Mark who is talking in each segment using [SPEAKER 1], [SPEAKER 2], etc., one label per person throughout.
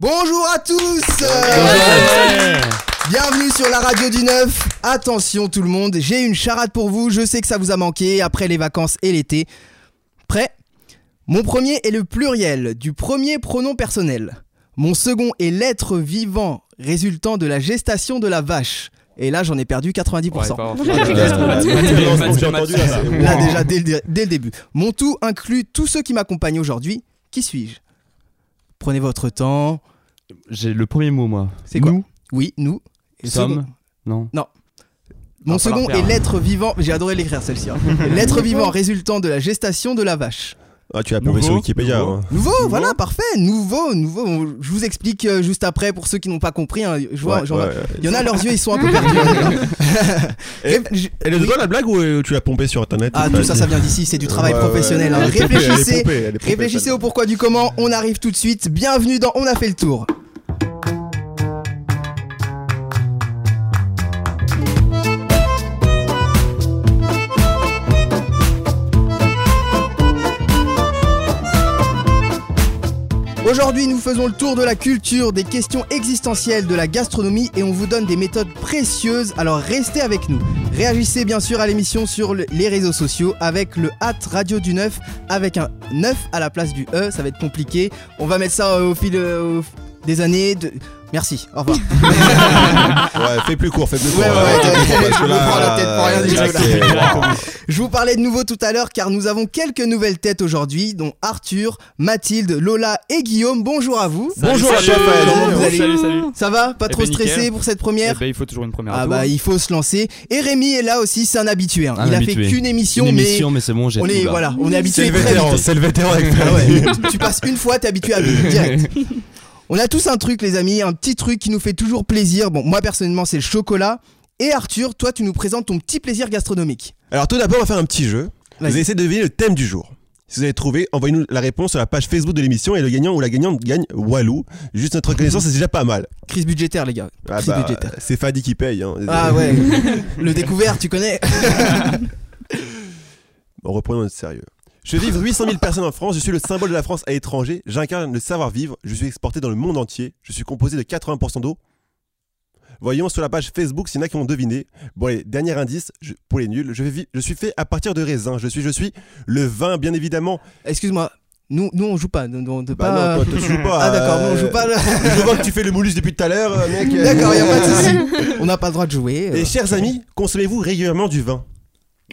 [SPEAKER 1] Bonjour à tous Bienvenue sur la radio du 9. Attention tout le monde, j'ai une charade pour vous. Je sais que ça vous a manqué après les vacances et l'été. Prêt Mon premier est le pluriel du premier pronom personnel. Mon second est l'être vivant résultant de la gestation de la vache. Et là, j'en ai perdu 90%.
[SPEAKER 2] j'ai entendu, là, c'est-
[SPEAKER 1] Là déjà dès le, dès le début. Mon tout inclut tous ceux qui m'accompagnent aujourd'hui. Qui suis-je Prenez votre temps.
[SPEAKER 3] J'ai le premier mot, moi.
[SPEAKER 1] C'est quoi
[SPEAKER 3] Nous
[SPEAKER 1] Oui, nous. Et le
[SPEAKER 3] sommes.
[SPEAKER 1] second-
[SPEAKER 3] Non.
[SPEAKER 1] Mon
[SPEAKER 3] va falloir
[SPEAKER 1] second
[SPEAKER 3] faire,
[SPEAKER 1] est
[SPEAKER 3] hein.
[SPEAKER 1] l'être vivant. J'ai adoré l'écrire celle-ci. hein. l'être vivant résultant de la gestation de la vache.
[SPEAKER 2] Ah, tu as prouvé
[SPEAKER 3] Nouveau,
[SPEAKER 2] sur Wikipédia.
[SPEAKER 3] nouveau.
[SPEAKER 2] hein.
[SPEAKER 1] Nouveau, voilà, parfait. Nouveau, nouveau. On- Je vous explique euh, juste après pour ceux qui n'ont pas compris. hein. Je vois,
[SPEAKER 2] Ouais,
[SPEAKER 1] j'en-
[SPEAKER 2] ouais.
[SPEAKER 1] Il y en a, leurs yeux, ils sont un peu perdus.
[SPEAKER 2] Et-
[SPEAKER 1] Réfléch-
[SPEAKER 2] Elle est
[SPEAKER 1] Oui.
[SPEAKER 2] dedans la blague ou euh, tu l'as pompée sur internet
[SPEAKER 1] Ah, tout ça, ça vient d'ici. C'est du travail professionnel. hein. Réfléchissez. Réfléchissez au pourquoi du comment, on arrive tout de suite. Bienvenue dans On a fait le tour. Aujourd'hui, nous faisons le tour de la culture, des questions existentielles, de la gastronomie et on vous donne des méthodes précieuses. Alors restez avec nous. Réagissez bien sûr à l'émission sur le- les réseaux sociaux avec le hâte radio du 9 avec un 9 à la place du E. Ça va être compliqué. On va mettre ça euh, au fil euh, au f- des années. de- Merci. Au revoir.
[SPEAKER 2] Ouais, fais plus court, fais plus court.
[SPEAKER 1] Ouais, ouais, ouais,
[SPEAKER 2] fais
[SPEAKER 1] je
[SPEAKER 2] plus court, parce que
[SPEAKER 1] me
[SPEAKER 2] là,
[SPEAKER 1] prends la tête pour rien du
[SPEAKER 2] là,
[SPEAKER 1] tout,
[SPEAKER 2] c'est-
[SPEAKER 1] Je vous parlais de nouveau tout à l'heure car nous avons quelques nouvelles têtes aujourd'hui, dont Arthur, Mathilde, Lola et Guillaume. Bonjour à vous.
[SPEAKER 2] Bonjour,
[SPEAKER 4] salut,
[SPEAKER 2] chef, allez,
[SPEAKER 1] comment vous allez
[SPEAKER 4] Salut, salut.
[SPEAKER 1] Ça va Pas
[SPEAKER 4] Eh
[SPEAKER 1] trop
[SPEAKER 4] ben, nickel.
[SPEAKER 1] stressé pour cette
[SPEAKER 4] Eh
[SPEAKER 1] première
[SPEAKER 4] ben, il faut toujours une première
[SPEAKER 1] Ah
[SPEAKER 4] tour.
[SPEAKER 1] bah il faut se lancer. Et Rémi est là aussi, c'est un habitué. hein.
[SPEAKER 3] Un
[SPEAKER 1] il a fait
[SPEAKER 3] habitué.
[SPEAKER 1] qu'une émission,
[SPEAKER 3] Une
[SPEAKER 1] mais
[SPEAKER 3] émission, mais c'est bon, j'ai bah.
[SPEAKER 1] on
[SPEAKER 3] tout,
[SPEAKER 1] est
[SPEAKER 3] là.
[SPEAKER 1] voilà, on est
[SPEAKER 2] C'est
[SPEAKER 1] habitué
[SPEAKER 2] le
[SPEAKER 1] très
[SPEAKER 2] vétéran,
[SPEAKER 1] vite.
[SPEAKER 2] c'est le vétéran avec
[SPEAKER 1] Ah ouais, tu- tu passes une fois, t'es habitué à lui, direct. On a tous un truc les amis, un petit truc qui nous fait toujours plaisir. Bon, moi personnellement c'est le chocolat. Et Arthur, toi tu nous présentes ton petit plaisir gastronomique.
[SPEAKER 2] Alors tout d'abord, on va faire un petit jeu. Vous
[SPEAKER 1] Vas-y.
[SPEAKER 2] allez essayer de deviner le thème du jour. Si vous avez trouvé, envoyez-nous la réponse sur la page Facebook de l'émission et le gagnant ou la gagnante gagne Walou. Juste notre reconnaissance, c'est déjà pas mal.
[SPEAKER 1] Crise budgétaire les gars.
[SPEAKER 2] Ah
[SPEAKER 1] Crise
[SPEAKER 2] bah,
[SPEAKER 1] budgétaire.
[SPEAKER 2] c'est Fadi qui paye. hein.
[SPEAKER 1] Ah ouais. le découvert, tu connais
[SPEAKER 2] Bon, reprenons notre sérieux. Je vis 800 000 personnes en France, je suis le symbole de la France à l'étranger, j'incarne le savoir-vivre, je suis exporté dans le monde entier, je suis composé de 80% d'eau. Voyons sur la page Facebook s'il y en a qui ont deviné. Bon, allez, dernier indice, je- pour les nuls, je, vis- je suis fait à partir de raisins, je suis, je suis le vin, bien évidemment.
[SPEAKER 1] Excuse-moi. Nous, nous on joue pas, nous, on ne
[SPEAKER 2] Bah
[SPEAKER 1] pas.
[SPEAKER 2] non, toi, tu joues pas.
[SPEAKER 1] ah d'accord, nous
[SPEAKER 2] euh,
[SPEAKER 1] on joue pas.
[SPEAKER 2] Je vois que tu fais le moulus depuis tout à l'heure, euh, mec.
[SPEAKER 1] D'accord, y a pas de souci. On n'a pas le droit de jouer.
[SPEAKER 2] Et chers amis, consommez-vous régulièrement du vin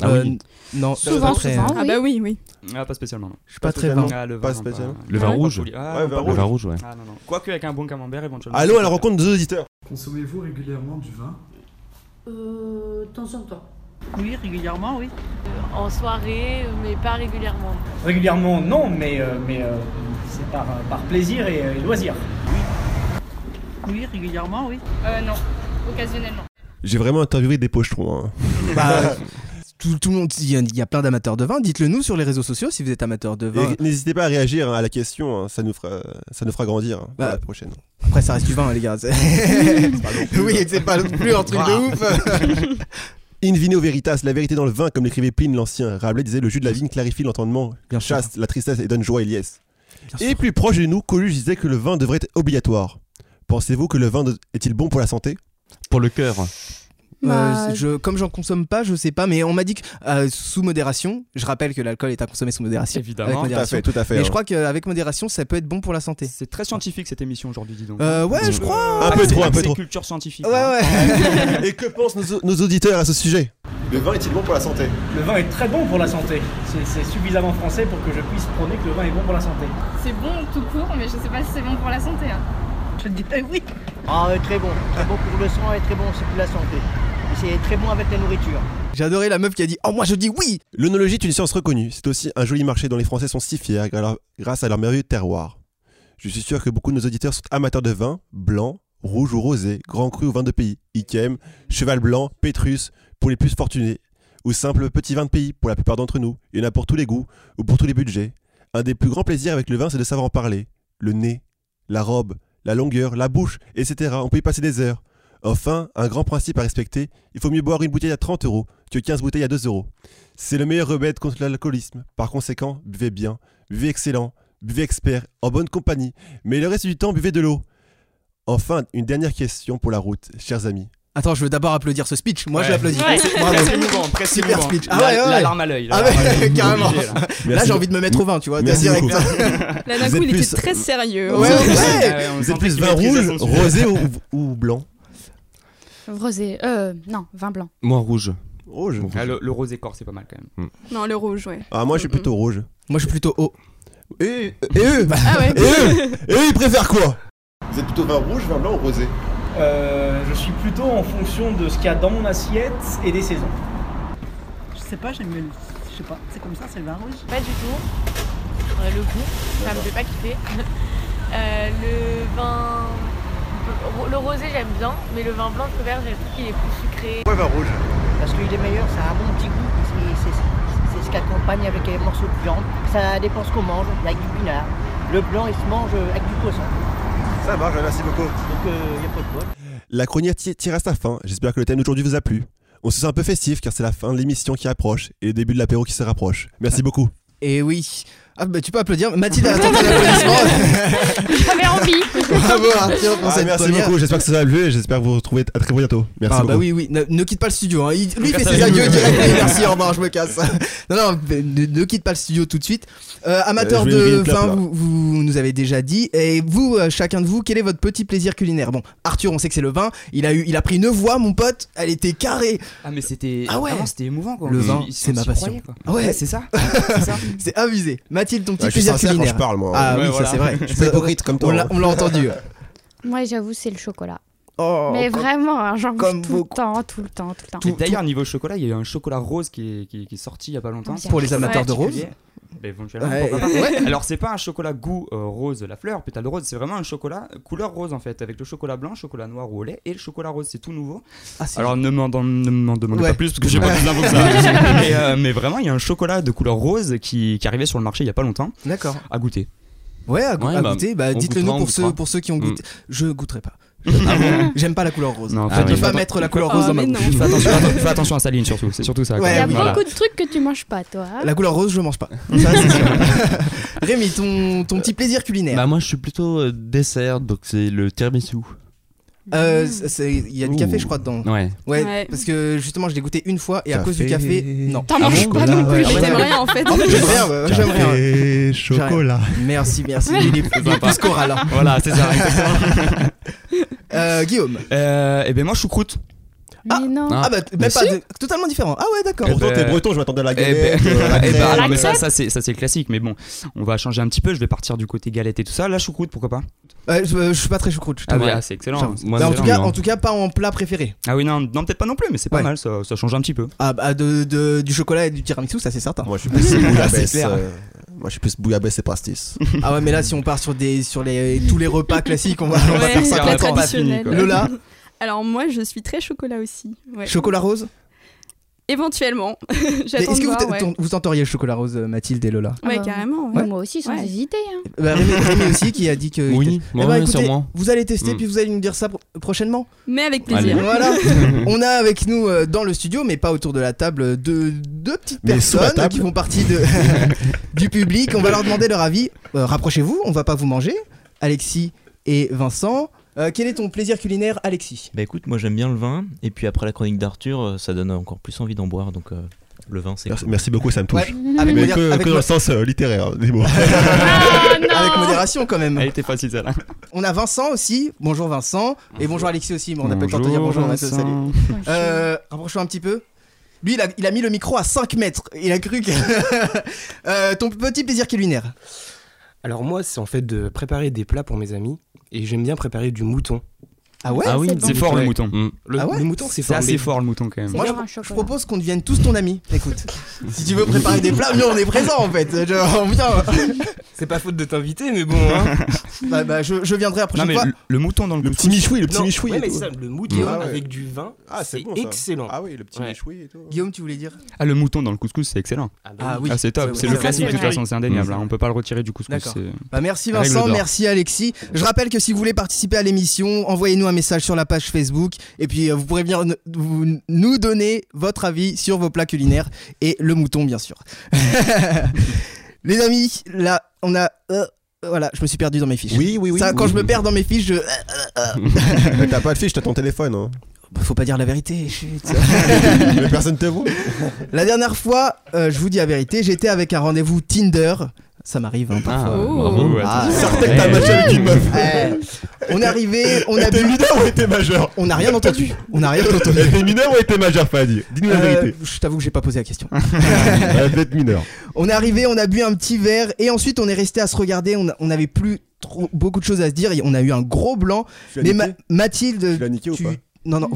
[SPEAKER 3] Ah
[SPEAKER 1] Euh,
[SPEAKER 3] oui.
[SPEAKER 1] Non,
[SPEAKER 5] Souvent,
[SPEAKER 1] après,
[SPEAKER 5] souvent.
[SPEAKER 6] Ah bah oui, oui.
[SPEAKER 4] Ah, pas spécialement. Non.
[SPEAKER 1] Je suis pas très vin.
[SPEAKER 4] Ah, le
[SPEAKER 2] Pas
[SPEAKER 4] vin,
[SPEAKER 2] spécialement.
[SPEAKER 3] Le vin
[SPEAKER 4] pas
[SPEAKER 3] rouge.
[SPEAKER 4] poli- Ah,
[SPEAKER 2] Ouais,
[SPEAKER 4] non,
[SPEAKER 2] vin
[SPEAKER 4] pas
[SPEAKER 3] Le
[SPEAKER 2] rouge.
[SPEAKER 3] vin rouge, ouais.
[SPEAKER 4] poli- Ah non, non. Quoique avec un bon camembert éventuellement.
[SPEAKER 2] Allons à la rencontre de nos auditeurs.
[SPEAKER 7] Consommez-vous régulièrement du vin
[SPEAKER 8] Euh, de temps en temps.
[SPEAKER 9] Oui, régulièrement, oui.
[SPEAKER 10] Euh, en soirée, mais pas régulièrement.
[SPEAKER 9] Régulièrement, non, mais, euh, mais euh, c'est par, euh, par plaisir et, euh, et loisir. Oui, régulièrement, oui.
[SPEAKER 5] Euh, non, occasionnellement.
[SPEAKER 2] J'ai vraiment interviewé des pochetrons. hein.
[SPEAKER 1] Bah, tout, tout le monde, il y, a- il y a plein d'amateurs de vin. Dites-le nous sur les réseaux sociaux si vous êtes amateur de vin.
[SPEAKER 2] Et N'hésitez pas à réagir hein, à la question, hein, ça, nous fera, ça nous fera grandir hein,
[SPEAKER 1] Bah,
[SPEAKER 2] pour la prochaine.
[SPEAKER 1] Après, ça reste du vin, les gars. C'est- oui, c'est pas non Bah, plus un truc de ouf.
[SPEAKER 2] In vino veritas, la vérité dans le vin, comme l'écrivait Pline l'Ancien. Rabelais disait le jus de la vigne clarifie l'entendement,
[SPEAKER 1] Bien sûr.
[SPEAKER 2] chasse la tristesse et donne joie et liesse.
[SPEAKER 1] Bien
[SPEAKER 2] Et plus proche de nous, Coluche disait que le vin devrait être obligatoire. Pensez-vous que le vin de- est-il bon pour la santé
[SPEAKER 3] Pour le cœur.
[SPEAKER 1] Euh,
[SPEAKER 6] Bah,
[SPEAKER 1] je, comme j'en consomme pas, je sais pas, mais on m'a dit que euh, sous modération, je rappelle que l'alcool est à consommer sous modération.
[SPEAKER 4] Évidemment.
[SPEAKER 1] avec
[SPEAKER 4] Tout à
[SPEAKER 1] modération.
[SPEAKER 2] tout à fait.
[SPEAKER 1] Mais
[SPEAKER 2] hein.
[SPEAKER 1] je crois qu'avec modération, ça peut être bon pour la santé.
[SPEAKER 4] C'est très scientifique cette émission aujourd'hui, dis donc.
[SPEAKER 1] Euh, ouais,
[SPEAKER 4] Donc,
[SPEAKER 1] je
[SPEAKER 4] euh,
[SPEAKER 1] crois.
[SPEAKER 2] Un peu trop, un peu
[SPEAKER 4] c'est
[SPEAKER 2] trop.
[SPEAKER 4] culture scientifique.
[SPEAKER 1] Ouais,
[SPEAKER 4] hein.
[SPEAKER 1] ouais.
[SPEAKER 2] Et que pensent nos, nos auditeurs à ce sujet Le vin est-il bon pour la santé
[SPEAKER 9] Le vin est très bon pour la santé. C'est c'est suffisamment français pour que je puisse prôner que le vin est bon pour la santé.
[SPEAKER 5] C'est bon tout court, mais je sais pas si c'est bon pour la santé. hein.
[SPEAKER 9] Je dirais oui.
[SPEAKER 11] Ah, euh, très bon, très bon pour le sang et très bon aussi pour la santé. Et C'est très bon avec la nourriture.
[SPEAKER 1] J'ai adoré la meuf qui a dit Oh, moi je dis oui
[SPEAKER 2] L'onologie est une science reconnue. C'est aussi un joli marché dont les Français sont si fiers gra- leur- grâce à leur merveilleux terroir. Je suis sûr que beaucoup de nos auditeurs sont amateurs de vin, blanc, rouge ou rosé, grand cru ou vin de pays, Ikem, cheval blanc, Pétrus, pour les plus fortunés, ou simple petit vin de pays pour la plupart d'entre nous. Il y en a pour tous les goûts ou pour tous les budgets. Un des plus grands plaisirs avec le vin, c'est de savoir en parler. Le nez, la robe, la longueur, la bouche, etc. On peut y passer des heures. Enfin, un grand principe à respecter, il faut mieux boire une bouteille à 30 euros que 15 bouteilles à 2 euros. C'est le meilleur remède contre l'alcoolisme. Par conséquent, buvez bien, buvez excellent, buvez expert, en bonne compagnie. Mais le reste du temps, buvez de l'eau. Enfin, une dernière question pour la route, chers amis.
[SPEAKER 1] Attends, je veux d'abord applaudir ce speech. Moi, je
[SPEAKER 4] Ouais.
[SPEAKER 1] l'applaudis.
[SPEAKER 10] Ouais.
[SPEAKER 1] Bravo.
[SPEAKER 4] Très émouvant, très
[SPEAKER 1] Super
[SPEAKER 4] émouvant.
[SPEAKER 1] speech. Ah
[SPEAKER 4] La-
[SPEAKER 1] ouais, ouais,
[SPEAKER 4] La
[SPEAKER 1] ouais.
[SPEAKER 4] larme à l'œil. là.
[SPEAKER 1] Ah ouais, carrément.
[SPEAKER 4] obligé, là.
[SPEAKER 1] Là, j'ai envie de me mettre au vin, tu vois.
[SPEAKER 2] Merci
[SPEAKER 1] direct.
[SPEAKER 2] beaucoup.
[SPEAKER 6] Là,
[SPEAKER 2] Vous
[SPEAKER 6] d'un coup,
[SPEAKER 2] êtes
[SPEAKER 6] il
[SPEAKER 2] plus-
[SPEAKER 6] était très sérieux.
[SPEAKER 1] Ouais, ouais.
[SPEAKER 4] Ouais, on
[SPEAKER 2] Vous êtes
[SPEAKER 4] sentait
[SPEAKER 2] plus
[SPEAKER 4] qu'il
[SPEAKER 2] vin
[SPEAKER 4] maîtrisait
[SPEAKER 2] rouge,
[SPEAKER 4] son sujet.
[SPEAKER 2] rosé ou, ou blanc
[SPEAKER 5] Rosé, euh, non, vin blanc.
[SPEAKER 3] Moi, rouge.
[SPEAKER 2] Rouge.
[SPEAKER 3] Bon.
[SPEAKER 4] Ah, le, le rosé corps, c'est pas mal quand même.
[SPEAKER 6] Non, le rouge, ouais.
[SPEAKER 2] Ah, moi, je suis plutôt rouge.
[SPEAKER 1] Moi, je suis plutôt haut. Bah,
[SPEAKER 2] Et, et eux
[SPEAKER 6] Ah ouais.
[SPEAKER 2] Et eux Et eux, ils préfèrent quoi Vous êtes plutôt vin rouge, vin blanc ou rosé
[SPEAKER 9] Euh, je suis plutôt en fonction de ce qu'il y a dans mon assiette et des saisons.
[SPEAKER 11] Je sais pas, j'aime le. Je sais pas, c'est comme ça, c'est le vin rouge.
[SPEAKER 10] Pas du tout. Euh, le goût, ça me fait pas kiffer. Euh, le vin. Le rosé, j'aime bien, mais le vin blanc, je préfère, j'ai trouve qu'il est plus sucré.
[SPEAKER 2] Ouais, vin rouge.
[SPEAKER 11] Parce qu'il est meilleur, ça a un bon petit goût. c'est- c'est- C'est ce qu'accompagne avec les morceaux de viande. Ça dépend ce qu'on mange, avec du pinard. Le blanc, il se mange euh, avec du poisson.
[SPEAKER 2] Ça marche, merci beaucoup.
[SPEAKER 11] Donc il n'y a pas de poil.
[SPEAKER 2] La chronique ti- tire à sa fin. J'espère que le thème d'aujourd'hui vous a plu. On se sent un peu festif car c'est la fin de l'émission qui approche et le début de l'apéro qui se rapproche. Merci beaucoup.
[SPEAKER 1] Et oui. Ah, bah, tu peux applaudir. Mathilde a tenté l'applaudissement.
[SPEAKER 5] J'avais envie.
[SPEAKER 1] Bravo, Arthur, pour
[SPEAKER 2] Ah,
[SPEAKER 1] cette
[SPEAKER 2] merci
[SPEAKER 1] première.
[SPEAKER 2] beaucoup. J'espère que ça vous a plu et j'espère vous retrouver à très bientôt. Merci
[SPEAKER 1] Ah
[SPEAKER 2] beaucoup.
[SPEAKER 1] bah oui oui, ne, ne quitte pas le studio. hein. Il- lui il fait
[SPEAKER 4] Merci à
[SPEAKER 1] ses
[SPEAKER 4] vous.
[SPEAKER 1] adieux direct. Oui, merci, au revoir, je me casse. Non non, ne, ne quitte pas le studio tout de suite. Euh, amateur
[SPEAKER 2] Euh, je vais griller
[SPEAKER 1] de
[SPEAKER 2] une clope,
[SPEAKER 1] vin,
[SPEAKER 2] là.
[SPEAKER 1] vous, vous nous avez déjà dit. Et vous, euh, chacun de vous, quel est votre petit plaisir culinaire Bon, Arthur, on sait que c'est le vin. Il a eu, il a pris une voix, mon pote. Elle était carrée.
[SPEAKER 4] Ah, mais c'était.
[SPEAKER 1] Ah ouais.
[SPEAKER 4] Avant, c'était émouvant quoi.
[SPEAKER 1] Le
[SPEAKER 4] Ils-
[SPEAKER 1] vin,
[SPEAKER 4] ils- ils
[SPEAKER 1] c'est ma
[SPEAKER 4] s'y
[SPEAKER 1] passion.
[SPEAKER 4] croyaient, quoi.
[SPEAKER 1] Ah ouais.
[SPEAKER 4] Ouais, c'est ça. C'est ça.
[SPEAKER 1] C'est abusé. Mathilde, ton petit
[SPEAKER 2] Ah, je suis
[SPEAKER 1] plaisir
[SPEAKER 2] sincère quand
[SPEAKER 1] culinaire.
[SPEAKER 2] je parle, moi.
[SPEAKER 1] Ah
[SPEAKER 4] Ouais,
[SPEAKER 1] oui,
[SPEAKER 4] voilà.
[SPEAKER 1] ça c'est vrai.
[SPEAKER 2] je suis pas hypocrite comme
[SPEAKER 1] On
[SPEAKER 2] toi.
[SPEAKER 1] l'a
[SPEAKER 2] hein.
[SPEAKER 1] on l'a entendu.
[SPEAKER 5] Moi, j'avoue, c'est le chocolat.
[SPEAKER 1] Oh,
[SPEAKER 5] Mais
[SPEAKER 1] comme-
[SPEAKER 5] vraiment, hein, j'en
[SPEAKER 1] comme
[SPEAKER 5] mange tout
[SPEAKER 1] beaucoup.
[SPEAKER 5] le temps, tout le temps, tout le temps.
[SPEAKER 4] Et d'ailleurs, niveau chocolat, il y a eu un chocolat rose qui est, qui est- qui est sorti il y a pas longtemps.
[SPEAKER 5] Pour
[SPEAKER 1] pour les amateurs de rose.
[SPEAKER 4] Particulier. Bah, éventuellement,
[SPEAKER 1] Ouais,
[SPEAKER 4] pourquoi pas.
[SPEAKER 1] ouais.
[SPEAKER 4] Alors c'est pas un chocolat goût euh, rose, la fleur, pétale de rose, c'est vraiment un chocolat couleur rose en fait, avec le chocolat blanc, chocolat noir ou au lait et le chocolat rose, c'est tout nouveau.
[SPEAKER 1] Ah, c'est-
[SPEAKER 4] Alors ne m'en ne m'en demandez
[SPEAKER 1] Ouais.
[SPEAKER 4] pas plus parce que j'ai pas plus d'infos que ça. mais, euh, mais vraiment, il y a un chocolat de couleur rose qui, qui arrivait sur le marché il y a pas longtemps
[SPEAKER 1] D'accord.
[SPEAKER 4] à goûter.
[SPEAKER 1] Ouais, à, go-
[SPEAKER 3] Ouais,
[SPEAKER 1] à
[SPEAKER 3] bah,
[SPEAKER 1] goûter. Bah,
[SPEAKER 3] on
[SPEAKER 1] dites-le
[SPEAKER 3] goûtera,
[SPEAKER 1] nous
[SPEAKER 3] on
[SPEAKER 1] pour ceux,
[SPEAKER 3] goûtera.
[SPEAKER 1] pour ceux qui ont goûté. Je goûterai pas. Ah J'aime pas la couleur rose.
[SPEAKER 4] Non,
[SPEAKER 1] Je
[SPEAKER 3] Ah
[SPEAKER 1] ne
[SPEAKER 3] oui.
[SPEAKER 1] pas mettre la couleur
[SPEAKER 4] oh,
[SPEAKER 1] rose
[SPEAKER 6] Ah,
[SPEAKER 1] dans ma
[SPEAKER 6] mais
[SPEAKER 1] bouche.
[SPEAKER 6] non.
[SPEAKER 4] Fais attention, atten- fais attention à sa ligne surtout, c'est surtout ça. quand
[SPEAKER 1] Ouais,
[SPEAKER 5] Il y a
[SPEAKER 4] même.
[SPEAKER 1] voilà.
[SPEAKER 5] beaucoup de trucs que tu manges pas, toi. hein.
[SPEAKER 1] La couleur rose, je mange pas. Ça, c'est sûr. Rémi, ton, ton petit plaisir culinaire.
[SPEAKER 3] Bah, moi, je suis plutôt euh, dessert, donc c'est le tiramisu.
[SPEAKER 1] Euh, c'est- c'est- Il y a du
[SPEAKER 3] Ouh.
[SPEAKER 1] café, je crois, dedans.
[SPEAKER 3] Ouais.
[SPEAKER 1] Ouais,
[SPEAKER 6] Ouais.
[SPEAKER 1] parce que justement, je l'ai goûté une fois et à
[SPEAKER 2] Café.
[SPEAKER 1] cause du café, non.
[SPEAKER 6] T'en manges pas non
[SPEAKER 1] ouais,
[SPEAKER 6] plus, mais
[SPEAKER 1] ouais,
[SPEAKER 6] t'aimes
[SPEAKER 1] ouais.
[SPEAKER 6] rien en fait.
[SPEAKER 1] En fait, j'aime rien. ouais, J'aime rien.
[SPEAKER 2] Café,
[SPEAKER 1] chocolat. Merci, merci. Il est, il est plus choral, hein.
[SPEAKER 4] Voilà, c'est ça.
[SPEAKER 1] Euh, Guillaume.
[SPEAKER 4] euh, et ben moi choucroute.
[SPEAKER 1] Ah.
[SPEAKER 5] Mais non.
[SPEAKER 3] Ah,
[SPEAKER 1] Ah, bah, même
[SPEAKER 3] mais
[SPEAKER 1] pas.
[SPEAKER 3] si.
[SPEAKER 1] de- totalement différent. Ah, ouais, d'accord.
[SPEAKER 4] Eh
[SPEAKER 2] Pourtant,
[SPEAKER 4] ben-
[SPEAKER 2] t'es breton, je m'attendais à la
[SPEAKER 4] Eh ben,
[SPEAKER 2] galette. euh, la
[SPEAKER 4] eh ben,
[SPEAKER 2] crème.
[SPEAKER 4] non, mais ça,
[SPEAKER 5] crêpe.
[SPEAKER 4] ça c'est ça, c'est classique, mais bon, on va changer un petit peu. Je vais partir du côté galette et tout ça. La choucroute, pourquoi pas
[SPEAKER 1] Euh, je, euh, je suis pas très choucroute, je
[SPEAKER 4] Ah,
[SPEAKER 1] t'avoue.
[SPEAKER 4] oui, ah, c'est excellent.
[SPEAKER 1] J'avoue.
[SPEAKER 3] Moi,
[SPEAKER 1] Bah, en,
[SPEAKER 3] c'est
[SPEAKER 1] tout cas,
[SPEAKER 3] bien.
[SPEAKER 1] en tout cas, pas en plat préféré.
[SPEAKER 4] Ah oui, non, non peut-être pas non plus, mais c'est pas
[SPEAKER 1] Ouais.
[SPEAKER 4] mal, ça, ça change un petit peu.
[SPEAKER 1] Ah, bah, de, de- du chocolat et du tiramisu, ça c'est certain.
[SPEAKER 2] Moi, je suis plus bouillabaisse.
[SPEAKER 4] clair.
[SPEAKER 2] euh, Moi, je suis plus bouillabaisse et pastis.
[SPEAKER 1] Ah ouais, mais là, si on part sur, des, sur les, tous les repas classiques, on va, on va
[SPEAKER 6] Ouais,
[SPEAKER 1] faire
[SPEAKER 6] c'est
[SPEAKER 1] ça.
[SPEAKER 6] la
[SPEAKER 4] d'accord.
[SPEAKER 6] traditionnelle.
[SPEAKER 4] Pas fini, quoi.
[SPEAKER 1] Lola,
[SPEAKER 6] Alors moi, je suis très chocolat aussi. Ouais.
[SPEAKER 1] chocolat rose.
[SPEAKER 6] Éventuellement.
[SPEAKER 1] Mais
[SPEAKER 6] J'attends
[SPEAKER 1] Est-ce
[SPEAKER 6] de
[SPEAKER 1] que vous,
[SPEAKER 6] voir,
[SPEAKER 1] t-
[SPEAKER 6] ouais.
[SPEAKER 1] ton- vous tenteriez le chocolat rose, euh, Mathilde et Lola
[SPEAKER 6] Ouais,
[SPEAKER 5] Ah bah,
[SPEAKER 6] carrément.
[SPEAKER 5] Mais
[SPEAKER 6] Ouais.
[SPEAKER 5] Moi aussi, sans
[SPEAKER 6] Ouais.
[SPEAKER 5] hésiter. hein.
[SPEAKER 1] bah, Rémi, Rémi aussi qui a dit que.
[SPEAKER 3] Oui,
[SPEAKER 1] Eh ben,
[SPEAKER 3] ouais,
[SPEAKER 1] écoutez,
[SPEAKER 3] sûrement.
[SPEAKER 1] Vous allez tester,
[SPEAKER 3] Mm.
[SPEAKER 1] puis vous allez nous dire ça pro- prochainement.
[SPEAKER 6] Mais avec plaisir.
[SPEAKER 3] Allez.
[SPEAKER 1] Voilà. On a avec nous euh, dans le studio, mais pas autour de la table, deux, deux petites
[SPEAKER 2] Mais sous la
[SPEAKER 1] personnes
[SPEAKER 2] table.
[SPEAKER 1] qui font partie de, du public. On va leur demander leur avis. Euh, Rapprochez-vous, on va pas vous manger. Alexis et Vincent. Euh, quel est ton plaisir culinaire, Alexis
[SPEAKER 12] Bah écoute, moi j'aime bien le vin, et puis après la chronique d'Arthur, euh, ça donne encore plus envie d'en boire, donc euh, le vin c'est
[SPEAKER 2] Merci-
[SPEAKER 12] cool.
[SPEAKER 2] Merci beaucoup, ça me touche.
[SPEAKER 1] avec,
[SPEAKER 2] Mais
[SPEAKER 1] modér-
[SPEAKER 2] que,
[SPEAKER 1] avec
[SPEAKER 2] que
[SPEAKER 1] mo-
[SPEAKER 2] dans le sens euh, littéraire des mots.
[SPEAKER 5] Ah non
[SPEAKER 1] avec modération quand même.
[SPEAKER 4] Elle était facile celle-là.
[SPEAKER 1] On a Vincent aussi. Bonjour Vincent. Et bonjour Alexis aussi. mais on n'a pas eu le temps de dire bonjour Vincent.
[SPEAKER 4] Vincent.
[SPEAKER 1] Salut. Euh, rapproche-toi un petit peu. Lui, il a, il a mis le micro à 5 mètres. Il a cru que. Euh, ton petit plaisir culinaire.
[SPEAKER 9] Alors moi, c'est en fait de préparer des plats pour mes amis, et j'aime bien préparer du mouton.
[SPEAKER 1] Ah ouais
[SPEAKER 3] Ah oui,
[SPEAKER 5] c'est
[SPEAKER 4] C'est
[SPEAKER 5] bon.
[SPEAKER 4] fort le mouton.
[SPEAKER 9] Le,
[SPEAKER 1] Ah ouais
[SPEAKER 9] le mouton, c'est
[SPEAKER 4] C'est
[SPEAKER 9] fort, mais-
[SPEAKER 4] assez fort le mouton quand même.
[SPEAKER 5] C'est
[SPEAKER 1] Moi,
[SPEAKER 5] genre un
[SPEAKER 1] Je
[SPEAKER 5] chocolat.
[SPEAKER 1] propose qu'on devienne tous ton ami. Écoute, si tu veux préparer des plats, nous on est présents en fait. Je, on vient. euh.
[SPEAKER 9] C'est pas faute de t'inviter, mais bon. hein.
[SPEAKER 1] Bah, bah, je, je viendrai la
[SPEAKER 4] Non
[SPEAKER 1] prochaine
[SPEAKER 4] mais
[SPEAKER 1] fois.
[SPEAKER 4] le, le mouton dans le
[SPEAKER 2] Le petit michoui, le petit
[SPEAKER 9] Non,
[SPEAKER 2] michoui.
[SPEAKER 9] ouais,
[SPEAKER 2] et
[SPEAKER 9] mais
[SPEAKER 2] tout.
[SPEAKER 9] ça, le mouton
[SPEAKER 2] Ah ouais.
[SPEAKER 9] avec du vin,
[SPEAKER 2] Ah, c'est
[SPEAKER 9] c'est
[SPEAKER 2] bon, ça.
[SPEAKER 9] excellent.
[SPEAKER 2] Ah oui, le petit
[SPEAKER 9] Ouais.
[SPEAKER 2] michoui et tout.
[SPEAKER 1] Guillaume, tu voulais dire
[SPEAKER 4] Ah le mouton dans le couscous, c'est excellent.
[SPEAKER 1] Ah oui.
[SPEAKER 4] Ah c'est
[SPEAKER 1] Ouais,
[SPEAKER 4] top, c'est le
[SPEAKER 1] ouais.
[SPEAKER 4] classique de toute
[SPEAKER 5] Ouais.
[SPEAKER 4] façon, c'est indéniable.
[SPEAKER 3] Mm.
[SPEAKER 4] hein, On peut pas le retirer du couscous.
[SPEAKER 1] D'accord.
[SPEAKER 4] c'est-
[SPEAKER 1] Bah, merci
[SPEAKER 4] Règle
[SPEAKER 1] Vincent,
[SPEAKER 4] d'or.
[SPEAKER 1] merci Alexis. Je rappelle que si vous voulez participer à l'émission, envoyez-nous un message sur la page Facebook et puis euh, vous pourrez venir n- vous- nous donner votre avis sur vos plats culinaires et le mouton bien sûr. Les amis, là on a euh, Voilà, je me suis perdu dans mes fiches.
[SPEAKER 2] Oui, oui, oui.
[SPEAKER 1] Ça, quand
[SPEAKER 2] oui.
[SPEAKER 1] je me perds dans mes fiches, je. euh,
[SPEAKER 2] Mais t'as pas de fiche, t'as ton téléphone. hein.
[SPEAKER 1] bah, Faut pas dire la vérité, chut.
[SPEAKER 2] Mais personne te voit.
[SPEAKER 1] La dernière fois, euh, je vous dis la vérité, j'étais avec un rendez-vous Tinder. Ça m'arrive hein, parfois.
[SPEAKER 2] Oh. bravo,
[SPEAKER 1] Ah,
[SPEAKER 2] attention. Sortez que t'as matché avec une meuf.
[SPEAKER 1] Eh, On est arrivé, on a
[SPEAKER 2] T'es
[SPEAKER 1] bu.
[SPEAKER 2] mineur ou t'es majeur Eh,
[SPEAKER 1] On n'a rien entendu. On n'a rien entendu.
[SPEAKER 2] T'es mineur ou t'es majeur, Fadi Dis-nous la
[SPEAKER 1] Euh,
[SPEAKER 2] vérité.
[SPEAKER 1] je t'avoue que j'ai pas posé la question.
[SPEAKER 2] Elle devait être mineure.
[SPEAKER 1] On est arrivé, on a bu un petit verre et ensuite on est resté à se regarder. On, on avait plus trop, beaucoup de choses à se dire. et On a eu un gros blanc.
[SPEAKER 2] Tu l'as
[SPEAKER 1] Mais
[SPEAKER 2] niqué
[SPEAKER 1] Ma- Euh, Mathilde,
[SPEAKER 2] Tu l'as niqué ou pas
[SPEAKER 1] non non,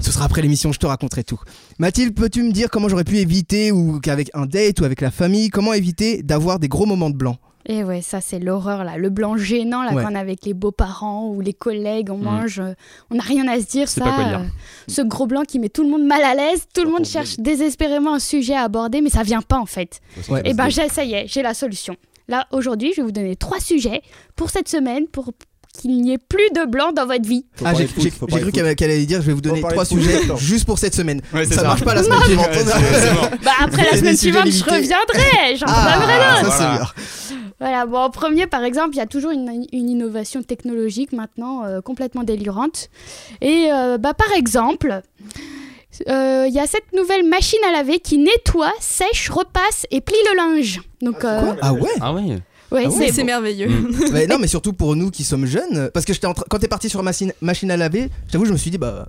[SPEAKER 1] ce sera après l'émission. Je te raconterai tout. Mathilde, peux-tu me dire comment j'aurais pu éviter ou qu'avec un date ou avec la famille, comment éviter d'avoir des gros moments de blanc
[SPEAKER 5] Et ouais, ça c'est l'horreur là, le blanc gênant là
[SPEAKER 1] Ouais.
[SPEAKER 5] quand on est avec les beaux-parents ou les collègues, on mange, euh, on n'a rien à se dire,
[SPEAKER 1] sais
[SPEAKER 5] ça.
[SPEAKER 1] pas quoi dire.
[SPEAKER 5] euh, ce gros blanc qui met tout le monde mal à l'aise, tout le monde cherche désespérément un sujet à aborder, mais ça vient pas en fait.
[SPEAKER 1] Ouais.
[SPEAKER 5] Et ben
[SPEAKER 1] Ouais.
[SPEAKER 5] j'ai- ça y est, j'ai la solution. Là aujourd'hui, je vais vous donner trois sujets pour cette semaine pour qu'il n'y ait plus de blanc dans votre vie.
[SPEAKER 1] Ah, j'ai j'ai- j'ai cru qu'elle qu'elle allait dire je vais vous donner
[SPEAKER 5] parler
[SPEAKER 1] trois
[SPEAKER 5] foot,
[SPEAKER 1] sujets
[SPEAKER 5] attends.
[SPEAKER 1] juste pour cette semaine.
[SPEAKER 4] Ouais, c'est
[SPEAKER 1] ça,
[SPEAKER 4] ça.
[SPEAKER 1] marche pas la semaine
[SPEAKER 4] Non.
[SPEAKER 1] suivante.
[SPEAKER 4] Ouais, c'est- c'est mort.
[SPEAKER 5] Bah après la
[SPEAKER 1] Des
[SPEAKER 5] semaine
[SPEAKER 1] sujets
[SPEAKER 5] suivante, je
[SPEAKER 1] limités.
[SPEAKER 5] reviendrai, j'en
[SPEAKER 1] Ah,
[SPEAKER 5] reviendrai
[SPEAKER 1] ça,
[SPEAKER 5] d'autres.
[SPEAKER 1] c'est bien.
[SPEAKER 5] Voilà, bon, en premier, par exemple, il y a toujours une, une innovation technologique maintenant euh, complètement délirante. Et euh, bah, par exemple, euh, il y a cette nouvelle machine à laver qui nettoie, sèche, repasse et plie le linge. Donc,
[SPEAKER 1] Ah
[SPEAKER 5] euh,
[SPEAKER 1] ouais
[SPEAKER 3] Ah ouais
[SPEAKER 5] ouais,
[SPEAKER 1] Ah ouais.
[SPEAKER 5] c'est
[SPEAKER 6] C'est
[SPEAKER 5] bon.
[SPEAKER 6] merveilleux.
[SPEAKER 1] Mais non, mais surtout pour nous qui sommes jeunes, parce que j'étais en train- quand t'es parti sur machine, machine à laver, je t'avoue, je me suis dit bah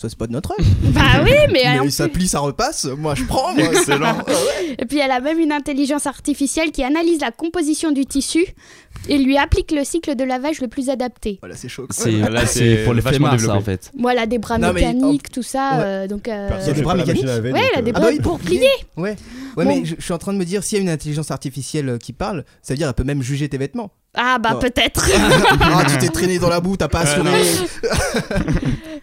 [SPEAKER 1] ça c'est pas de notre œuvre.
[SPEAKER 5] Bah oui, mais, en
[SPEAKER 1] ça
[SPEAKER 5] plus-
[SPEAKER 1] plie, ça repasse. Moi je prends. Moi.
[SPEAKER 5] Excellent. Et puis elle a même une intelligence artificielle qui analyse la composition du tissu et lui applique le cycle de lavage le plus adapté.
[SPEAKER 1] Voilà, c'est chaud.
[SPEAKER 3] C'est
[SPEAKER 1] Ouais.
[SPEAKER 3] là, c'est pour les
[SPEAKER 1] vachement
[SPEAKER 3] flemmards, ça,
[SPEAKER 1] développé.
[SPEAKER 3] en fait.
[SPEAKER 5] Voilà, des bras
[SPEAKER 1] Non, mais-
[SPEAKER 5] mécaniques, tout ça.
[SPEAKER 1] Ouais.
[SPEAKER 5] euh, donc, euh,
[SPEAKER 1] Il y a des bras mécaniques.
[SPEAKER 5] Ouais,
[SPEAKER 2] euh,
[SPEAKER 5] elle a des
[SPEAKER 1] Ah
[SPEAKER 5] bras
[SPEAKER 1] bah oui,
[SPEAKER 5] pour plier.
[SPEAKER 1] Ouais. Ouais,
[SPEAKER 5] Bon.
[SPEAKER 1] mais je, je suis en train de me dire s'il y a une intelligence artificielle euh, qui parle, ça veut dire elle peut même juger tes vêtements.
[SPEAKER 5] Ah bah
[SPEAKER 1] Non.
[SPEAKER 5] peut-être.
[SPEAKER 1] ah, tu t'es traîné dans la boue, t'as pas assuré.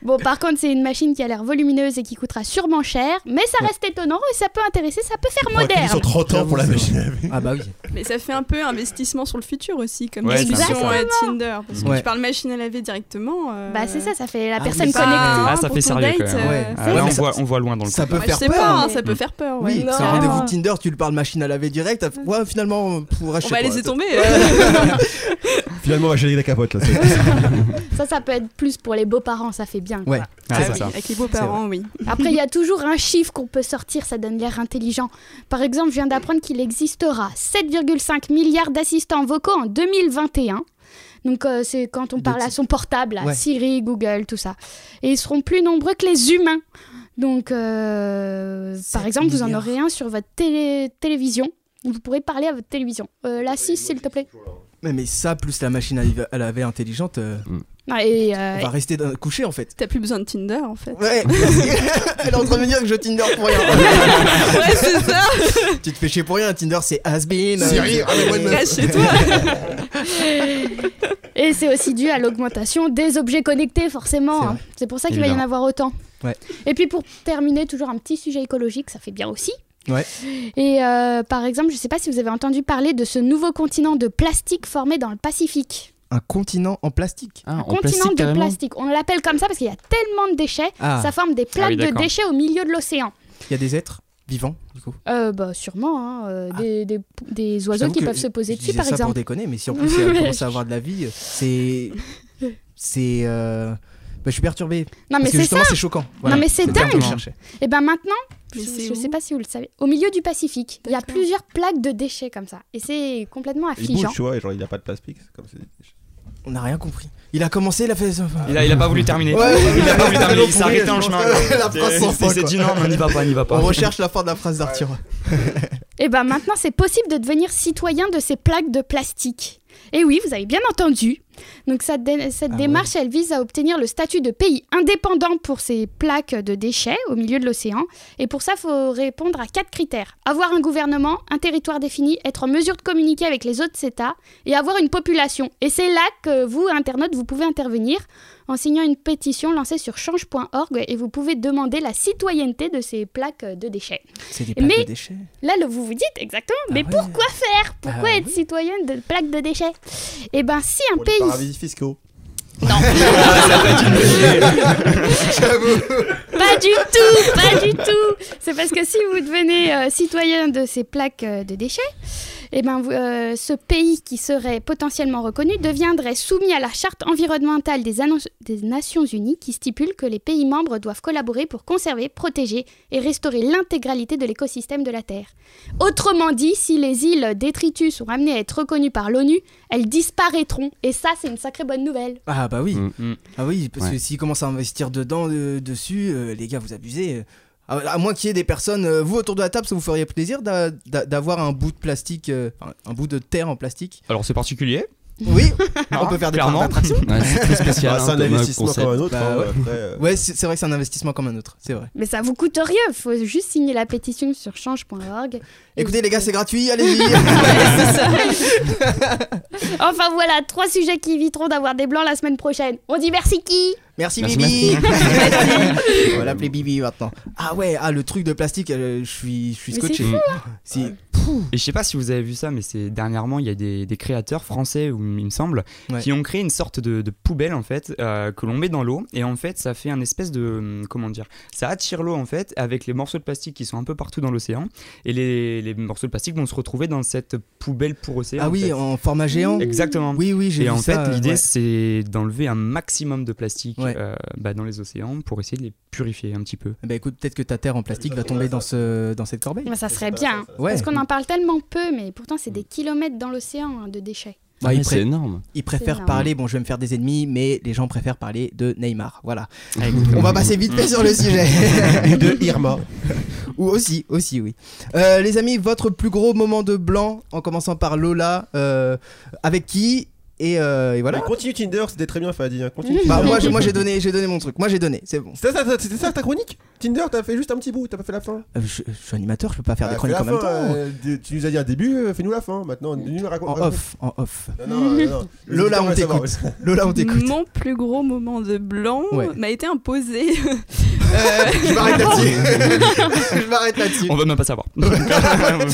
[SPEAKER 5] Bon, par contre, c'est une machine qui a l'air volumineuse et qui coûtera sûrement cher, mais ça reste étonnant et ça peut intéresser, ça peut faire moderne.
[SPEAKER 2] sur 30 ans pour la machine à laver.
[SPEAKER 1] Ah bah oui.
[SPEAKER 6] Mais ça fait un peu investissement sur le futur aussi, comme
[SPEAKER 2] Ouais, c'est
[SPEAKER 6] discussion
[SPEAKER 2] ça.
[SPEAKER 6] à Tinder. Parce que
[SPEAKER 1] Ouais.
[SPEAKER 6] tu parles machine à laver directement. euh,
[SPEAKER 5] Bah c'est ça, ça fait la
[SPEAKER 6] mais
[SPEAKER 5] personne
[SPEAKER 6] ça-
[SPEAKER 5] connectée.
[SPEAKER 4] Ah, ça
[SPEAKER 6] pour
[SPEAKER 4] fait
[SPEAKER 6] ton
[SPEAKER 4] sérieux quand
[SPEAKER 6] date,
[SPEAKER 4] même.
[SPEAKER 6] euh,
[SPEAKER 4] Ouais. Ah
[SPEAKER 1] c'est
[SPEAKER 4] ouais, on
[SPEAKER 1] ça.
[SPEAKER 4] voit- on voit loin dans le
[SPEAKER 1] Ça peut
[SPEAKER 6] je
[SPEAKER 1] faire
[SPEAKER 6] sais
[SPEAKER 1] peur.
[SPEAKER 6] pas, hein,
[SPEAKER 1] mais-
[SPEAKER 6] ça peut faire peur. ouais.
[SPEAKER 1] Oui,
[SPEAKER 6] Non.
[SPEAKER 1] c'est un rendez-vous Tinder, tu le parles machine à laver direct. t'as- Ouais, finalement, pour
[SPEAKER 6] On
[SPEAKER 1] acheter.
[SPEAKER 6] va laisser tomber. Ah
[SPEAKER 2] Finalement, on va chialer la capote là.
[SPEAKER 5] Ça, ça peut être plus pour les beaux-parents, ça fait bien. quoi.
[SPEAKER 2] Ouais,
[SPEAKER 6] Ah
[SPEAKER 2] c'est
[SPEAKER 6] oui,
[SPEAKER 2] ça.
[SPEAKER 6] Avec les beaux-parents, oui.
[SPEAKER 5] Après, il y a toujours un chiffre qu'on peut sortir, ça donne l'air intelligent. Par exemple, je viens d'apprendre qu'il existera 7,5 milliards d'assistants vocaux en 2021. Donc, euh, c'est quand on parle à son portable, à
[SPEAKER 6] Ouais.
[SPEAKER 5] Siri, Google, tout ça. Et ils seront plus nombreux que les humains. Donc, euh, par exemple, vous en
[SPEAKER 6] milliards.
[SPEAKER 5] aurez un sur votre télé- télévision. Vous pourrez parler à votre télévision. Euh, la 6, s'il te plaît.
[SPEAKER 1] Mais, mais ça, plus la machine à laver- à laver intelligente, euh,
[SPEAKER 5] Non, et, euh,
[SPEAKER 1] on va rester dans- couché en fait.
[SPEAKER 6] T'as plus besoin de Tinder en fait.
[SPEAKER 1] Ouais, elle est en train de me dire que je Tinder pour rien.
[SPEAKER 6] ouais, c'est ça.
[SPEAKER 1] tu te fais chier pour rien, Tinder c'est has-been.
[SPEAKER 2] Siri, ramène-moi une meuf. Reste
[SPEAKER 1] chez
[SPEAKER 6] toi.
[SPEAKER 5] Et c'est aussi dû à l'augmentation des objets connectés, forcément. hein. C'est pour ça qu'il va y en
[SPEAKER 1] Évidemment.
[SPEAKER 5] avoir autant.
[SPEAKER 1] Ouais.
[SPEAKER 5] Et puis pour terminer, toujours un petit sujet écologique, ça fait bien aussi.
[SPEAKER 1] Ouais.
[SPEAKER 5] Et euh, par exemple, je ne sais pas si vous avez entendu parler de ce nouveau continent de plastique formé dans le Pacifique.
[SPEAKER 1] Un continent en plastique.
[SPEAKER 3] Ah,
[SPEAKER 5] continent de plastique. On l'appelle comme ça parce qu'il y a tellement de déchets,
[SPEAKER 1] Ah.
[SPEAKER 5] ça forme des plaques
[SPEAKER 1] Ah oui,
[SPEAKER 5] de
[SPEAKER 1] d'accord.
[SPEAKER 5] déchets au milieu de l'océan.
[SPEAKER 1] Il y a des êtres vivants du coup.
[SPEAKER 5] Euh, bah sûrement, hein, euh, des, des- des oiseaux
[SPEAKER 1] Ah. J'avoue
[SPEAKER 5] qui
[SPEAKER 1] que
[SPEAKER 5] peuvent se poser
[SPEAKER 1] je
[SPEAKER 5] dessus,
[SPEAKER 1] disais
[SPEAKER 5] par
[SPEAKER 1] ça
[SPEAKER 5] exemple.
[SPEAKER 1] pour déconner, mais si en plus elle commence à avoir de la vie, euh, c'est. C'est. euh, Bah, je suis perturbé.
[SPEAKER 5] Non Ah, mais
[SPEAKER 1] Parce que
[SPEAKER 5] c'est
[SPEAKER 1] justement,
[SPEAKER 5] ça.
[SPEAKER 1] c'est choquant.
[SPEAKER 5] non mais c'est dingue.
[SPEAKER 1] cherchais.
[SPEAKER 5] Et ben maintenant,
[SPEAKER 6] Mais
[SPEAKER 5] je,
[SPEAKER 6] c'est
[SPEAKER 5] je
[SPEAKER 6] où
[SPEAKER 5] sais pas si vous le savez, au milieu du Pacifique, il y a plusieurs plaques de déchets comme ça, et c'est complètement
[SPEAKER 2] Il bouge,
[SPEAKER 5] affligeant.
[SPEAKER 2] tu vois, et genre il a pas de plastique. c'est Comme c'est-
[SPEAKER 1] On n'a rien compris. Il a commencé, il a fait.
[SPEAKER 4] Il a, il a pas voulu terminer.
[SPEAKER 1] Ouais,
[SPEAKER 4] il a pas voulu terminer. Il s'est
[SPEAKER 1] Pour
[SPEAKER 4] arrêté
[SPEAKER 1] rire,
[SPEAKER 4] en
[SPEAKER 1] je
[SPEAKER 4] chemin.
[SPEAKER 1] pense que la phrase sans
[SPEAKER 4] Il
[SPEAKER 1] fin,
[SPEAKER 4] s'est
[SPEAKER 1] quoi.
[SPEAKER 4] dit non, on n'y va pas, on n'y va pas.
[SPEAKER 1] On recherche la fin de la phrase d'Arthur.
[SPEAKER 5] Et ben maintenant, c'est possible de devenir citoyen de ces plaques de plastique. Et oui, vous avez bien entendu. Donc cette, dé- cette
[SPEAKER 6] Ah
[SPEAKER 5] démarche, elle vise à obtenir le statut de pays indépendant pour ces plaques de déchets au milieu de l'océan. Et pour ça, faut répondre à quatre critères avoir un gouvernement, un territoire défini, être en mesure de communiquer avec les autres États et avoir une population. Et c'est là que vous, internautes, vous pouvez intervenir en signant une pétition lancée sur change.org et vous pouvez demander la citoyenneté de ces plaques de déchets.
[SPEAKER 1] C'est des plaques
[SPEAKER 5] Mais
[SPEAKER 1] de déchets.
[SPEAKER 5] Là, le- vous vous dites exactement,
[SPEAKER 2] Ah
[SPEAKER 5] mais pourquoi faire Pourquoi être citoyenne de plaque de déchets Eh ben, si un
[SPEAKER 2] Pour les
[SPEAKER 5] pays,
[SPEAKER 2] paradis fiscaux.
[SPEAKER 5] pas du tout, pas du tout, c'est parce que si vous devenez euh, citoyen de ces plaques euh, de déchets, eh ben, vous- euh, ce pays qui serait potentiellement reconnu deviendrait soumis à la charte environnementale des, annonces- des Nations Unies qui stipule que les pays membres doivent collaborer pour conserver, protéger et restaurer l'intégralité de l'écosystème de la Terre. Autrement dit, si les îles détritus sont amenées à être reconnues par l'ONU, elles disparaîtront. Et ça, c'est une sacrée bonne nouvelle.
[SPEAKER 1] Ah bah
[SPEAKER 4] Mm.
[SPEAKER 1] oui. Ah oui, parce que
[SPEAKER 13] Ouais.
[SPEAKER 1] s'ils commencent à investir dedans, euh, dessus, euh, les gars, vous abusez. euh. À, à moins qu'il y ait des personnes, euh, vous autour de la table, ça vous ferait plaisir d'a- d'a- d'avoir un bout de plastique, euh, enfin, un bout de terre en plastique
[SPEAKER 4] Alors c'est particulier.
[SPEAKER 1] Oui, on
[SPEAKER 4] Non,
[SPEAKER 1] peut faire des
[SPEAKER 4] clairement.
[SPEAKER 1] parcs d'attractions.
[SPEAKER 4] Ouais, c'est très spécial, Bah, c'est hein, un comme, euh,
[SPEAKER 2] investissement comme Ah, un autre, hein,
[SPEAKER 1] ouais,
[SPEAKER 2] après, euh.
[SPEAKER 1] Ouais, c'est c'est vrai que c'est un investissement comme un autre, c'est vrai.
[SPEAKER 5] Mais ça vous coûte rien, faut juste signer la pétition sur change.org.
[SPEAKER 1] Écoutez les gars, c'est gratuit, allez-y.
[SPEAKER 5] Enfin voilà, trois sujets qui éviteront d'avoir des blancs la semaine prochaine. On dit merci qui
[SPEAKER 1] Merci,
[SPEAKER 5] Merci,
[SPEAKER 1] Bibi.
[SPEAKER 5] merci.
[SPEAKER 1] On va l'appeler Bibi maintenant. Ah ouais, ah le truc de plastique, euh, je suis, je suis
[SPEAKER 5] Mais c'est
[SPEAKER 1] scotché.
[SPEAKER 5] fou, hein.
[SPEAKER 1] Si.
[SPEAKER 4] Et je sais pas si vous avez vu ça, mais c'est dernièrement, il y a des, des créateurs français, ou- il me semble,
[SPEAKER 1] Ouais.
[SPEAKER 4] qui ont créé une sorte de, de poubelle, en fait, euh, que l'on met dans l'eau. Et en fait, ça fait un espèce de. hum, Comment dire Ça attire l'eau, en fait, avec les morceaux de plastique qui sont un peu partout dans l'océan. Et les, les morceaux de plastique vont se retrouver dans cette poubelle pour océan.
[SPEAKER 1] Ah oui,
[SPEAKER 4] fait.
[SPEAKER 1] en format géant.
[SPEAKER 4] Exactement.
[SPEAKER 1] Oui, oui, j'ai
[SPEAKER 4] Et
[SPEAKER 1] vu
[SPEAKER 4] en
[SPEAKER 1] ça, euh,
[SPEAKER 4] fait, l'idée,
[SPEAKER 1] ouais.
[SPEAKER 4] c'est d'enlever un maximum de plastique euh, bah, dans les océans pour essayer de les purifier un petit peu.
[SPEAKER 1] Bah écoute, peut-être que ta terre en plastique va tomber dans ce, dans cette corbeille.
[SPEAKER 5] Mais ça serait bien. hein.
[SPEAKER 1] Ouais.
[SPEAKER 5] Parce qu'on en parle tellement peu, mais pourtant c'est des kilomètres dans l'océan hein, de déchets.
[SPEAKER 1] Bah,
[SPEAKER 3] Ah,
[SPEAKER 1] il
[SPEAKER 3] mais
[SPEAKER 1] pré-
[SPEAKER 3] c'est énorme.
[SPEAKER 1] Ils
[SPEAKER 5] C'est
[SPEAKER 1] préfèrent
[SPEAKER 5] énorme.
[SPEAKER 1] parler, bon je vais me faire des ennemis, mais les gens préfèrent parler de Neymar. Voilà. On va passer vite fait sur le sujet.
[SPEAKER 2] Et de Irma.
[SPEAKER 1] Ou aussi, aussi oui. Euh, les amis, votre plus gros moment de blanc, en commençant par Lola, euh, avec qui et, euh, et voilà.
[SPEAKER 2] Mais continue Tinder, c'était très bien Fadi. hein, Continue
[SPEAKER 1] Bah,
[SPEAKER 2] Tinder.
[SPEAKER 1] moi, j'ai- moi, j'ai donné, j'ai donné mon truc. Moi j'ai donné, c'est bon.
[SPEAKER 2] C'était ça, c'était ça ta chronique Tinder, t'as fait juste un petit bout, t'as pas fait la fin.
[SPEAKER 1] Euh, je, je suis animateur, je peux pas faire des
[SPEAKER 2] Bah,
[SPEAKER 1] chroniques
[SPEAKER 2] fais
[SPEAKER 1] en
[SPEAKER 2] la
[SPEAKER 1] même
[SPEAKER 2] fin,
[SPEAKER 1] temps.
[SPEAKER 2] euh, de- tu nous as dit un début, euh, fais-nous la fin. Maintenant, nous raconte.
[SPEAKER 1] En off, en off.
[SPEAKER 2] Non, non, non, non. Les
[SPEAKER 1] Lola, on
[SPEAKER 2] auditeurs veulent
[SPEAKER 1] t'écoute.
[SPEAKER 2] savoir.
[SPEAKER 1] Lola, on t'écoute.
[SPEAKER 6] Mon plus gros moment de blanc
[SPEAKER 1] Ouais.
[SPEAKER 6] m'a été imposé.
[SPEAKER 1] je m'arrête là-dessus. Euh, je m'arrête là-dessus.
[SPEAKER 4] On va même pas savoir.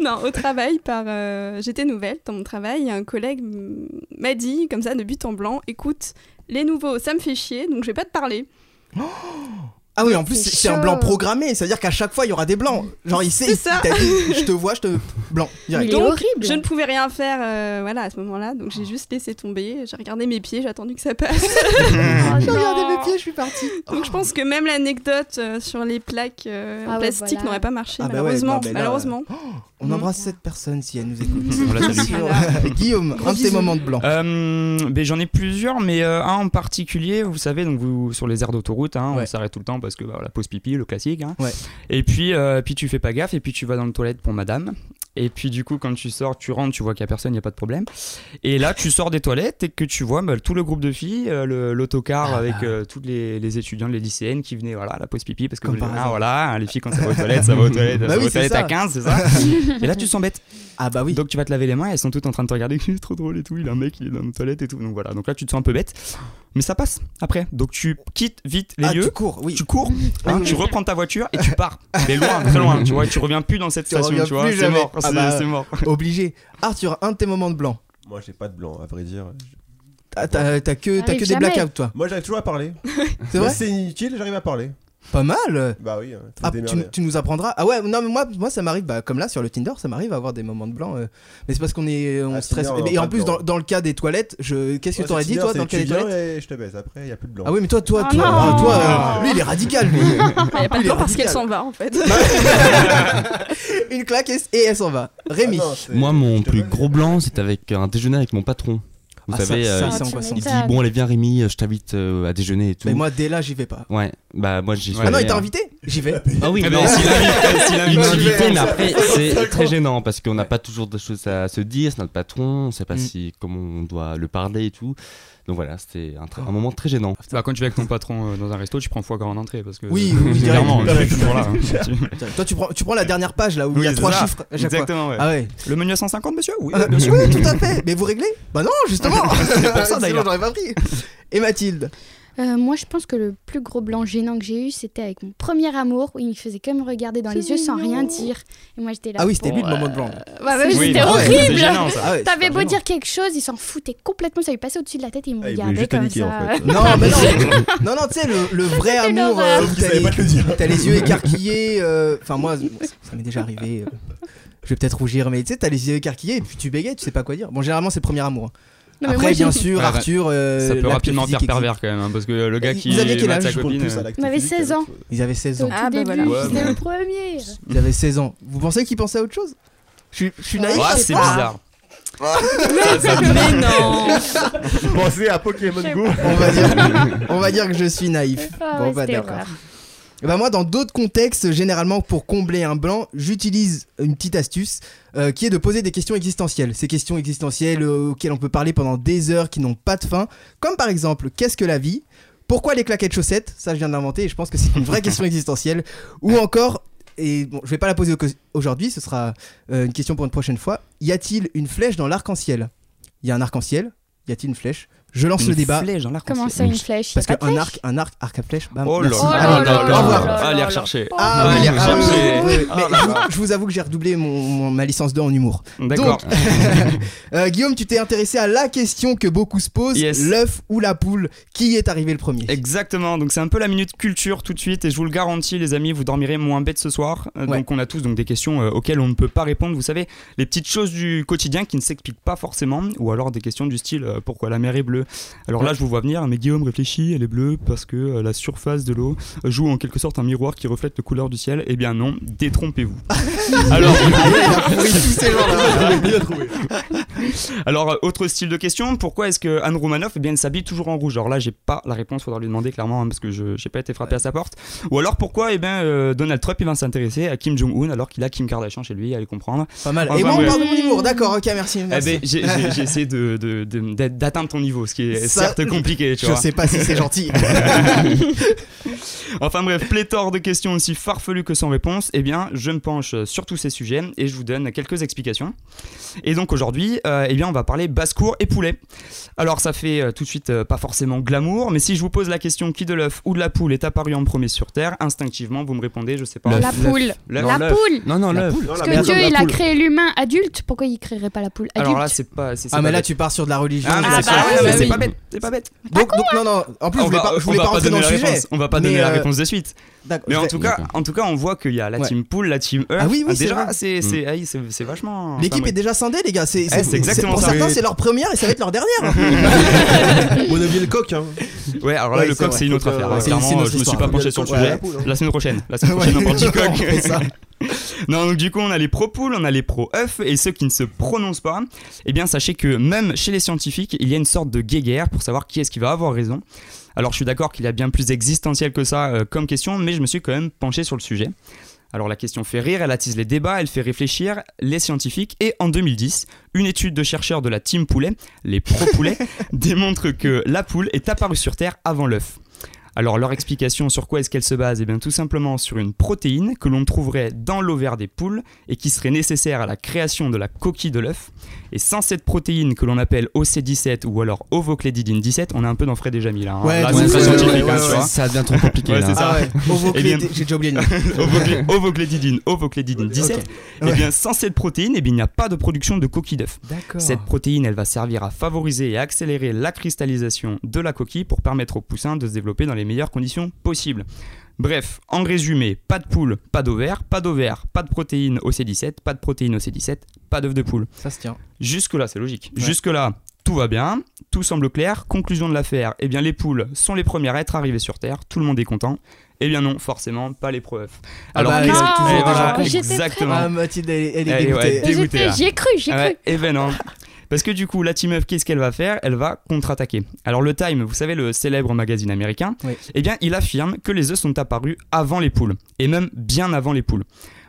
[SPEAKER 6] non, au travail, par euh, j'étais nouvelle dans mon travail, et un collègue mm, m'a dit, comme ça, de but en blanc, écoute, les nouveaux, ça me fait chier, donc je vais pas te parler.
[SPEAKER 1] Ah oui, en plus,
[SPEAKER 6] C'est
[SPEAKER 1] c'est c'est un
[SPEAKER 6] chaud.
[SPEAKER 1] blanc programmé, c'est-à-dire qu'à chaque fois, il y aura des blancs. Genre, il sait,
[SPEAKER 6] C'est
[SPEAKER 1] il
[SPEAKER 6] ça.
[SPEAKER 1] t'a dit, je te vois, je te. Blanc, direct.
[SPEAKER 6] Donc, Je ne pouvais rien faire, euh, voilà, à ce moment-là, donc j'ai juste laissé tomber, j'ai regardé mes pieds, j'ai attendu que ça passe.
[SPEAKER 1] j'ai regardé mes pieds, je suis partie.
[SPEAKER 6] Donc je pense que même l'anecdote euh, sur les plaques euh,
[SPEAKER 5] Ah
[SPEAKER 6] en
[SPEAKER 5] ouais,
[SPEAKER 6] plastique
[SPEAKER 5] voilà.
[SPEAKER 6] n'aurait pas marché,
[SPEAKER 1] Ah bah ouais,
[SPEAKER 6] malheureusement.
[SPEAKER 1] non, mais là,
[SPEAKER 6] malheureusement.
[SPEAKER 1] On embrasse cette personne si elle nous écoute.
[SPEAKER 4] On la salue.
[SPEAKER 1] Sur- Guillaume, un de tes moments de blanc.
[SPEAKER 4] Euh, ben, J'en ai plusieurs, mais euh, un en particulier, vous savez, donc vous, sur les aires d'autoroute, hein, on s'arrête tout le temps parce que bah, la pause pipi, le classique. hein. Et puis, euh, puis tu fais pas gaffe, et puis tu vas dans le toilette pour madame. Et puis du coup, quand tu sors, tu rentres, tu vois qu'il n'y a personne, il n'y a pas de problème. Et là, tu sors des toilettes et que tu vois bah, tout le groupe de filles, euh, le- l'autocar
[SPEAKER 1] Ah
[SPEAKER 4] avec euh, tous les, les étudiants, les lycéennes qui venaient voilà, à la pause pipi parce que
[SPEAKER 1] Comme par
[SPEAKER 4] ah,
[SPEAKER 1] hasard.
[SPEAKER 4] voilà, hein, les filles quand ça va aux toilettes, ça va aux toilettes,
[SPEAKER 1] Bah
[SPEAKER 4] ça va
[SPEAKER 1] oui,
[SPEAKER 4] aux
[SPEAKER 1] c'est
[SPEAKER 4] toilettes
[SPEAKER 1] ça.
[SPEAKER 4] à 15, c'est ça Et là, tu sens bête.
[SPEAKER 1] Ah bah oui.
[SPEAKER 4] Donc tu vas te laver les mains, et elles sont toutes en train de te regarder, c'est trop drôle et tout, il y a un mec, il est dans nos toilettes et tout. Donc voilà, donc là tu te sens un peu bête. Mais ça passe après. Donc tu quittes vite les
[SPEAKER 1] Ah,
[SPEAKER 4] lieux.
[SPEAKER 1] tu cours, oui.
[SPEAKER 4] Tu cours, hein, tu reprends ta voiture et tu pars. Mais loin, très loin, tu vois, tu reviens plus dans cette
[SPEAKER 1] Tu
[SPEAKER 4] station,
[SPEAKER 1] reviens
[SPEAKER 4] tu vois,
[SPEAKER 1] plus
[SPEAKER 4] c'est
[SPEAKER 1] jamais.
[SPEAKER 4] mort,
[SPEAKER 1] Ah
[SPEAKER 4] c'est
[SPEAKER 1] bah,
[SPEAKER 4] c'est mort.
[SPEAKER 1] Obligé. Arthur, un de tes moments de blanc.
[SPEAKER 2] Moi, j'ai pas de blanc, à vrai dire.
[SPEAKER 1] T'as t'as- t'as
[SPEAKER 4] Ah
[SPEAKER 1] que, t'as
[SPEAKER 2] T'arrives
[SPEAKER 1] que des
[SPEAKER 2] jamais.
[SPEAKER 1] blackouts, toi.
[SPEAKER 2] Moi, j'arrive toujours à parler.
[SPEAKER 1] C'est
[SPEAKER 4] Bah,
[SPEAKER 1] vrai
[SPEAKER 2] Mais C'est inutile, j'arrive à parler.
[SPEAKER 1] Pas mal.
[SPEAKER 2] Bah oui, hein, faut
[SPEAKER 1] Ah,
[SPEAKER 2] se
[SPEAKER 1] tu,
[SPEAKER 2] démerder.
[SPEAKER 1] tu nous apprendras. Ah ouais, non mais moi, moi ça m'arrive, bah, comme là sur le Tinder, ça m'arrive à avoir des moments de blanc. euh, mais c'est parce qu'on est, on
[SPEAKER 2] Ah,
[SPEAKER 1] stresse.
[SPEAKER 2] Tinder, on
[SPEAKER 1] Et,
[SPEAKER 2] a
[SPEAKER 1] en
[SPEAKER 2] pas de
[SPEAKER 1] plus,
[SPEAKER 2] blanc.
[SPEAKER 1] dans, dans le cas des toilettes, je... qu'est-ce que
[SPEAKER 2] Moi,
[SPEAKER 1] t'aurais
[SPEAKER 2] c'est
[SPEAKER 1] dit
[SPEAKER 2] Tinder,
[SPEAKER 1] toi
[SPEAKER 2] c'est
[SPEAKER 1] dans le cas des
[SPEAKER 2] tu viens
[SPEAKER 1] toilettes
[SPEAKER 2] et je te baise, après, y a plus de blanc.
[SPEAKER 1] Ah oui, mais toi, toi,
[SPEAKER 2] Oh
[SPEAKER 1] toi,
[SPEAKER 2] non.
[SPEAKER 1] toi,
[SPEAKER 2] Ah.
[SPEAKER 1] euh, lui il est radical. Lui.
[SPEAKER 6] Il n'y a pas
[SPEAKER 1] Lui,
[SPEAKER 6] de
[SPEAKER 1] il est
[SPEAKER 6] blanc parce
[SPEAKER 1] radical.
[SPEAKER 6] qu'elle s'en va en fait.
[SPEAKER 1] Une claque et, et elle s'en va. Rémi.
[SPEAKER 2] Ah
[SPEAKER 3] Moi, mon plus gros blanc, c'est avec un déjeuner avec mon patron. Vous
[SPEAKER 1] Ah, ça,
[SPEAKER 3] savez,
[SPEAKER 1] ça,
[SPEAKER 3] euh,
[SPEAKER 1] c'est
[SPEAKER 3] il
[SPEAKER 1] angoissant.
[SPEAKER 3] dit Bon, allez, viens Rémi, euh, je t'invite euh, à déjeuner et tout.
[SPEAKER 1] Mais moi dès là j'y vais pas.
[SPEAKER 3] Ouais, bah moi j'y suis.
[SPEAKER 1] Ah non,
[SPEAKER 3] allé,
[SPEAKER 1] il t'a
[SPEAKER 4] euh,
[SPEAKER 3] hein.
[SPEAKER 1] invité J'y vais.
[SPEAKER 3] Ah oui,
[SPEAKER 1] Eh
[SPEAKER 3] non.
[SPEAKER 1] ben, s'il l'invite, s'il
[SPEAKER 3] il m'a
[SPEAKER 1] l'invite, j'y
[SPEAKER 3] invité,
[SPEAKER 1] vais.
[SPEAKER 3] mais après,
[SPEAKER 1] D'accord.
[SPEAKER 3] c'est très gênant parce qu'on n'a pas toujours de choses à se dire, c'est notre patron, on sait pas
[SPEAKER 4] Mm.
[SPEAKER 3] si, comment on doit le parler et tout. Donc voilà, c'était un, tr- un moment très gênant.
[SPEAKER 4] Bah, quand tu vas avec ton patron euh, dans un resto, tu prends foie gras en entrée parce que.
[SPEAKER 1] Oui,
[SPEAKER 4] euh,
[SPEAKER 1] oui,
[SPEAKER 4] clairement,
[SPEAKER 1] direct.
[SPEAKER 4] je suis toujours là. hein.
[SPEAKER 1] Toi tu prends, tu prends la dernière page là où il y a
[SPEAKER 4] Oui,
[SPEAKER 1] trois
[SPEAKER 4] c'est ça.
[SPEAKER 1] chiffres. à chaque fois.
[SPEAKER 4] Exactement, ouais.
[SPEAKER 1] Ah ouais.
[SPEAKER 4] Le menu à 150, monsieur Oui,
[SPEAKER 1] Ah,
[SPEAKER 4] bien sûr.
[SPEAKER 1] oui, tout à fait. Mais vous réglez Bah non, justement.
[SPEAKER 4] C'est pour ça,
[SPEAKER 1] Sinon,
[SPEAKER 4] d'ailleurs.
[SPEAKER 1] j'aurais pas pris. Et Mathilde
[SPEAKER 5] Euh, moi, je pense que le plus gros blanc gênant que j'ai eu, c'était avec mon premier amour, où il me faisait que me regarder dans les yeux sans rien dire. Et moi, j'étais là.
[SPEAKER 1] Ah oui, c'était
[SPEAKER 5] bon,
[SPEAKER 1] lui le
[SPEAKER 5] euh,
[SPEAKER 1] moment de blanc.
[SPEAKER 5] Ouais, ouais,
[SPEAKER 1] Oui,
[SPEAKER 5] c'était
[SPEAKER 1] bah ouais,
[SPEAKER 5] horrible.
[SPEAKER 1] c'est gênant, ça. Ah ouais,
[SPEAKER 5] T'avais
[SPEAKER 1] super
[SPEAKER 5] beau
[SPEAKER 1] gênant.
[SPEAKER 5] dire quelque chose, il s'en foutait complètement, ça lui passait au-dessus de la tête et il me
[SPEAKER 1] Ah, il
[SPEAKER 5] regardait
[SPEAKER 1] voulait juste te
[SPEAKER 5] comme
[SPEAKER 1] niquer,
[SPEAKER 5] ça.
[SPEAKER 1] en fait. Non, mais non, non, non, tu sais, le, le vrai
[SPEAKER 5] C'était
[SPEAKER 1] amour, euh,
[SPEAKER 5] l'horreur.
[SPEAKER 1] où
[SPEAKER 5] Sauf qu'il
[SPEAKER 1] t'as
[SPEAKER 5] savait
[SPEAKER 1] les-
[SPEAKER 5] pas te le dire.
[SPEAKER 1] t'as les yeux écarquillés. euh, Enfin, moi, ça m'est déjà arrivé. euh, je vais peut-être rougir, mais tu sais, t'as les yeux écarquillés et puis tu bégayes, tu sais pas quoi dire. Bon, généralement, c'est premier amour. hein.
[SPEAKER 4] Non, mais
[SPEAKER 1] Après,
[SPEAKER 4] moi, j'ai-
[SPEAKER 1] bien sûr,
[SPEAKER 4] Ouais, ouais.
[SPEAKER 1] Arthur. euh,
[SPEAKER 4] Ça peut
[SPEAKER 1] la
[SPEAKER 4] rapidement
[SPEAKER 1] physique
[SPEAKER 4] faire
[SPEAKER 1] existe.
[SPEAKER 4] pervers quand même, hein, parce que le gars qui.
[SPEAKER 1] Vous aviez quel
[SPEAKER 4] mate sa
[SPEAKER 1] âge
[SPEAKER 4] copine, euh,
[SPEAKER 5] On avait 16 ans.
[SPEAKER 1] Ils avaient 16 ans.
[SPEAKER 5] Au tout début,
[SPEAKER 1] Ouais,
[SPEAKER 5] c'était
[SPEAKER 1] mais
[SPEAKER 5] le premier.
[SPEAKER 1] Ils avaient 16 ans. Vous pensez qu'ils pensaient à autre chose Je suis- je suis naïf.
[SPEAKER 5] Ouais,
[SPEAKER 1] je sais
[SPEAKER 5] c'est
[SPEAKER 1] pas.
[SPEAKER 5] bizarre.
[SPEAKER 1] Ça, ça me
[SPEAKER 5] Mais
[SPEAKER 1] gêne.
[SPEAKER 5] non.
[SPEAKER 2] Pensez à Pokémon Go.
[SPEAKER 1] On va dire, on va dire que je suis naïf.
[SPEAKER 5] Ah
[SPEAKER 1] Bon,
[SPEAKER 5] ouais,
[SPEAKER 1] bah
[SPEAKER 5] c'était
[SPEAKER 1] d'accord.
[SPEAKER 5] horreur.
[SPEAKER 1] Eh ben, moi, dans d'autres contextes, généralement pour combler un blanc, j'utilise une petite astuce euh, qui est de poser des questions existentielles. Ces questions existentielles euh, auxquelles on peut parler pendant des heures qui n'ont pas de fin. Comme par exemple, qu'est-ce que la vie Pourquoi les claquettes chaussettes Ça, je viens de l'inventer et je pense que c'est une vraie question existentielle. Ou encore, et bon, je vais pas la poser au- aujourd'hui, ce sera euh, une question pour une prochaine fois. Y a-t-il une flèche dans l'arc-en-ciel Il y a un arc-en-ciel, y a-t il une flèche je lance
[SPEAKER 4] Une
[SPEAKER 1] le débat.
[SPEAKER 4] flèche dans l'arc-en-ciel.
[SPEAKER 5] Comment ça, une flèche
[SPEAKER 1] Parce
[SPEAKER 5] Y a pas de
[SPEAKER 1] qu'un
[SPEAKER 5] flèche
[SPEAKER 1] arc, un arc, arc à flèche. Bah,
[SPEAKER 4] Oh là
[SPEAKER 1] merci.
[SPEAKER 4] là
[SPEAKER 1] Ah,
[SPEAKER 4] là
[SPEAKER 1] d'accord.
[SPEAKER 4] là
[SPEAKER 1] Au revoir.
[SPEAKER 4] là. Allez rechercher.
[SPEAKER 1] Ah,
[SPEAKER 4] Allez
[SPEAKER 1] oui, ah, oui,
[SPEAKER 4] rechercher.
[SPEAKER 1] oui, oui.
[SPEAKER 4] Ah
[SPEAKER 1] Mais
[SPEAKER 4] là
[SPEAKER 1] je, vous- je vous avoue que j'ai redoublé mon, mon- ma licence 2 en humour.
[SPEAKER 4] D'accord.
[SPEAKER 1] Donc, euh, Guillaume, tu t'es intéressé à la question que beaucoup se posent
[SPEAKER 4] Yes.
[SPEAKER 1] l'œuf ou la poule Qui est arrivé le premier
[SPEAKER 4] Exactement, donc c'est un peu la minute culture tout de suite et je vous le garantis les amis, vous dormirez moins bête ce soir. Euh, Donc on a tous donc des questions euh, auxquelles on ne peut pas répondre, vous savez, les petites choses du quotidien qui ne s'expliquent pas forcément ou alors des questions du style euh, pourquoi la mer est bleue. Alors là je vous vois venir, mais Guillaume réfléchit, elle est bleue parce que euh, la surface de l'eau joue en quelque sorte un miroir qui reflète les couleurs du ciel. Eh bien non, détrompez-vous.
[SPEAKER 1] Ah,
[SPEAKER 4] alors Alors, euh, autre style de question, pourquoi est-ce que Anne Roumanoff eh bien, elle s'habille toujours en rouge Alors là, j'ai pas la réponse, faudra lui demander clairement, hein, parce que je j'ai pas été frappé à sa porte. Ou alors, pourquoi eh bien, euh, Donald Trump il va s'intéresser à Kim Jong-un alors qu'il a Kim Kardashian chez lui, allez comprendre.
[SPEAKER 1] Pas mal.
[SPEAKER 4] Enfin,
[SPEAKER 1] Et moi, on
[SPEAKER 4] bref.
[SPEAKER 1] parle de mon humour. D'accord, ok, merci.
[SPEAKER 4] Eh
[SPEAKER 1] merci.
[SPEAKER 4] ben, j'ai j'ai- j'ai essayé de- de- de- d'être- d'atteindre ton niveau, ce qui est
[SPEAKER 1] Ça,
[SPEAKER 4] certes compliqué. Tu
[SPEAKER 1] je
[SPEAKER 4] vois.
[SPEAKER 1] sais pas si c'est gentil.
[SPEAKER 4] enfin bref, pléthore de questions aussi farfelues que sans réponse. Eh bien, je me penche sur tous ces sujets et je vous donne quelques explications. Et donc aujourd'hui, euh, eh bien, on va parler basse-cour et poulet. Alors ça fait euh, tout de suite euh, pas forcément glamour, mais si je vous pose la question qui de l'œuf ou de la poule est apparu en premier sur Terre, instinctivement vous me répondez, je sais pas.
[SPEAKER 5] L'œuf. La poule.
[SPEAKER 4] L'œuf.
[SPEAKER 5] La
[SPEAKER 4] l'œuf.
[SPEAKER 5] poule.
[SPEAKER 4] Non non
[SPEAKER 5] La
[SPEAKER 4] l'œuf.
[SPEAKER 5] Parce que Dieu, il a créé l'humain adulte, pourquoi il créerait pas la poule adulte
[SPEAKER 4] Alors là, c'est pas. c'est- c'est
[SPEAKER 1] Ah,
[SPEAKER 4] pas
[SPEAKER 1] mais là,
[SPEAKER 4] bête.
[SPEAKER 1] tu pars sur de la religion.
[SPEAKER 4] Ah, mais
[SPEAKER 1] je
[SPEAKER 4] c'est
[SPEAKER 1] sais
[SPEAKER 4] pas-
[SPEAKER 1] pas.
[SPEAKER 4] ouais, mais c'est
[SPEAKER 1] oui.
[SPEAKER 4] pas bête, c'est pas bête.
[SPEAKER 1] Donc, donc, non, non. En plus,
[SPEAKER 4] On
[SPEAKER 1] je voulais
[SPEAKER 4] va-
[SPEAKER 1] pas, je
[SPEAKER 4] on
[SPEAKER 1] voulais
[SPEAKER 4] va
[SPEAKER 1] pas rentrer dans
[SPEAKER 4] donner
[SPEAKER 1] le
[SPEAKER 4] la
[SPEAKER 1] sujet.
[SPEAKER 4] réponse. On va pas
[SPEAKER 1] Mais,
[SPEAKER 4] donner la
[SPEAKER 1] euh,
[SPEAKER 4] réponse de suite.
[SPEAKER 1] d'accord,
[SPEAKER 4] Mais en
[SPEAKER 1] je-
[SPEAKER 4] tout cas, en tout cas, on voit qu'il y a la
[SPEAKER 1] Ouais.
[SPEAKER 4] team poule, la team œuf.
[SPEAKER 1] Ah oui, oui,
[SPEAKER 4] Ah,
[SPEAKER 1] c'est
[SPEAKER 4] déjà,
[SPEAKER 1] vrai.
[SPEAKER 4] c'est c'est- ah oui, c'est- c'est vachement.
[SPEAKER 1] L'équipe
[SPEAKER 4] enfin,
[SPEAKER 1] est déjà scindée, les gars. C'est
[SPEAKER 4] Eh,
[SPEAKER 1] c'est-
[SPEAKER 4] c'est exactement
[SPEAKER 1] Pour
[SPEAKER 4] ça.
[SPEAKER 1] certains,
[SPEAKER 4] Oui.
[SPEAKER 1] c'est leur première et ça va être leur dernière.
[SPEAKER 2] On a bien le coq, hein.
[SPEAKER 4] Ouais, alors là,
[SPEAKER 2] Ouais,
[SPEAKER 4] le
[SPEAKER 2] c'est
[SPEAKER 4] coq,
[SPEAKER 2] vrai.
[SPEAKER 4] c'est une autre
[SPEAKER 2] Donc,
[SPEAKER 4] affaire.
[SPEAKER 2] euh,
[SPEAKER 4] hein.
[SPEAKER 2] c'est-
[SPEAKER 4] Clairement,
[SPEAKER 2] c'est notre
[SPEAKER 4] je me suis
[SPEAKER 2] histoire.
[SPEAKER 4] pas penché sur le
[SPEAKER 2] Ouais, la
[SPEAKER 4] sujet.
[SPEAKER 2] poule, hein.
[SPEAKER 4] La semaine prochaine. La semaine prochaine, on parle du coq. Non, donc du coup, on a les pro-poules, on a les pro-œufs, et ceux qui ne se prononcent pas, eh bien, sachez que même chez les scientifiques, il y a une sorte de guéguerre pour savoir qui est-ce qui va avoir raison. Alors, je suis d'accord qu'il y a bien plus existentiel que ça euh, comme question, mais je me suis quand même penché sur le sujet. Alors, la question fait rire, elle attise les débats, elle fait réfléchir les scientifiques, et en 2010, une étude de chercheurs de la Team Poulet, les pro-poulets, démontre que la poule est apparue sur Terre avant l'œuf. Alors leur explication sur quoi est-ce qu'elle se base Eh bien tout simplement sur une protéine que l'on trouverait dans l'ovaire des poules et qui serait nécessaire à la création de la coquille de l'œuf. Et sans cette protéine que l'on appelle OC17 ou alors ovoclédidine 17, on est un peu dans Fred et Jamie là. hein.
[SPEAKER 1] Ouais,
[SPEAKER 4] Là,
[SPEAKER 1] de
[SPEAKER 4] c'est
[SPEAKER 1] ouf,
[SPEAKER 4] très
[SPEAKER 1] ouais,
[SPEAKER 4] scientifique,
[SPEAKER 1] ouais, ouais,
[SPEAKER 4] hein, tu
[SPEAKER 1] ouais,
[SPEAKER 4] vois.
[SPEAKER 1] ça
[SPEAKER 13] devient trop compliqué,
[SPEAKER 4] Ouais,
[SPEAKER 13] là.
[SPEAKER 4] c'est ça.
[SPEAKER 1] Ah ouais, ovoclédé-
[SPEAKER 4] Eh bien-
[SPEAKER 1] j'ai déjà oublié le nom.
[SPEAKER 4] Ovoclé- Ovoclédidine, ovoclédidine 17. Eh bien, sans cette protéine, eh bien, il n'y a pas de production de coquille d'œuf.
[SPEAKER 1] D'accord.
[SPEAKER 4] Cette protéine, elle va servir à favoriser et accélérer la cristallisation de la coquille pour permettre au poussin de se développer dans les meilleures conditions possibles. Bref, en résumé, pas de poule, pas d'ovaire, pas d'ovaire, pas de protéine au C17, pas de protéine au C17, pas d'œuf de poule.
[SPEAKER 1] Ça se tient.
[SPEAKER 4] Jusque-là, c'est logique.
[SPEAKER 1] Ouais.
[SPEAKER 4] Jusque-là, tout va bien, tout semble clair. Conclusion de l'affaire, eh bien les poules sont les premières à être arrivées sur Terre, tout le monde est content. Eh bien non, forcément, pas les preuves.
[SPEAKER 1] Ah bah, il
[SPEAKER 4] qu'est-ce-
[SPEAKER 1] y a toujours
[SPEAKER 4] eh
[SPEAKER 1] des
[SPEAKER 4] voilà,
[SPEAKER 1] gens-
[SPEAKER 5] J'étais très-
[SPEAKER 4] exactement.
[SPEAKER 1] Ah, Mathilde, elle, elle est
[SPEAKER 4] Eh ouais,
[SPEAKER 1] dégoûtée.
[SPEAKER 4] dégoûtée,
[SPEAKER 5] J'étais-
[SPEAKER 4] hein.
[SPEAKER 5] j'y ai cru, j'y ai
[SPEAKER 4] Ouais,
[SPEAKER 5] cru.
[SPEAKER 4] Eh ben non. Parce que du coup, la team up, qu'est-ce qu'elle va faire Elle va contre-attaquer. Alors le Time, vous savez le célèbre magazine américain, eh bien il affirme que les œufs sont apparus avant les poules et même bien avant les poules.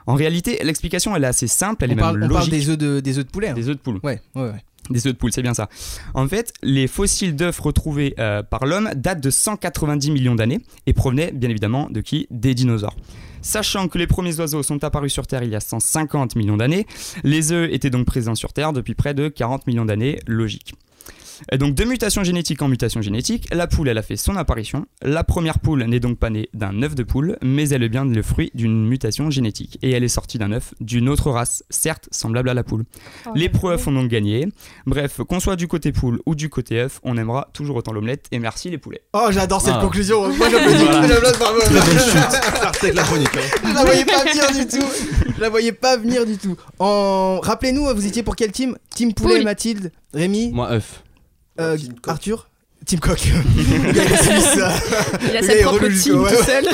[SPEAKER 4] En réalité, l'explication elle est assez simple, elle
[SPEAKER 1] On
[SPEAKER 4] est
[SPEAKER 1] parle,
[SPEAKER 4] même
[SPEAKER 1] on parle
[SPEAKER 4] logique.
[SPEAKER 1] des œufs de, des œufs de poulet. hein.
[SPEAKER 4] Des œufs de poule.
[SPEAKER 1] Ouais, ouais, ouais.
[SPEAKER 4] Des œufs de poule, c'est bien ça. En fait, les fossiles d'œufs retrouvés euh, par l'homme datent de 190 millions d'années et provenaient bien évidemment de qui Des dinosaures. Sachant que les premiers oiseaux sont apparus sur Terre il y a 150 millions d'années, les œufs étaient donc présents sur Terre depuis près de 40 millions d'années, logique. Et donc de mutation génétique en mutation génétique, la poule elle a fait son apparition. La première poule n'est donc pas née d'un œuf de poule, mais elle est bien le fruit d'une mutation génétique. Et elle est sortie d'un œuf d'une autre race, certes semblable à la poule.
[SPEAKER 13] Oh,
[SPEAKER 4] Les preuves ont donc gagné. Bref, qu'on soit du côté poule ou du côté œuf, on aimera toujours autant l'omelette. Et merci les poulets.
[SPEAKER 1] Oh, j'adore cette
[SPEAKER 4] Ah.
[SPEAKER 1] conclusion. Moi, j'applaudis.
[SPEAKER 4] Voilà.
[SPEAKER 1] J'applaudis, bravo.
[SPEAKER 4] Très bonne
[SPEAKER 2] Partez avec la chronique. hein.
[SPEAKER 1] Je la voyais pas venir du tout. Je la voyais pas venir du tout. En... Rappelez-nous, vous étiez pour quelle team Team Poulet,
[SPEAKER 3] Poule.
[SPEAKER 1] Mathilde, Rémi,
[SPEAKER 3] Moi, œuf.
[SPEAKER 1] euh, Arthur Team Coq. Le gars, est suisse.
[SPEAKER 6] Il a
[SPEAKER 1] Le
[SPEAKER 6] sa
[SPEAKER 1] gars est
[SPEAKER 6] propre
[SPEAKER 1] religieux,
[SPEAKER 6] team
[SPEAKER 1] ouais.
[SPEAKER 6] tout seul.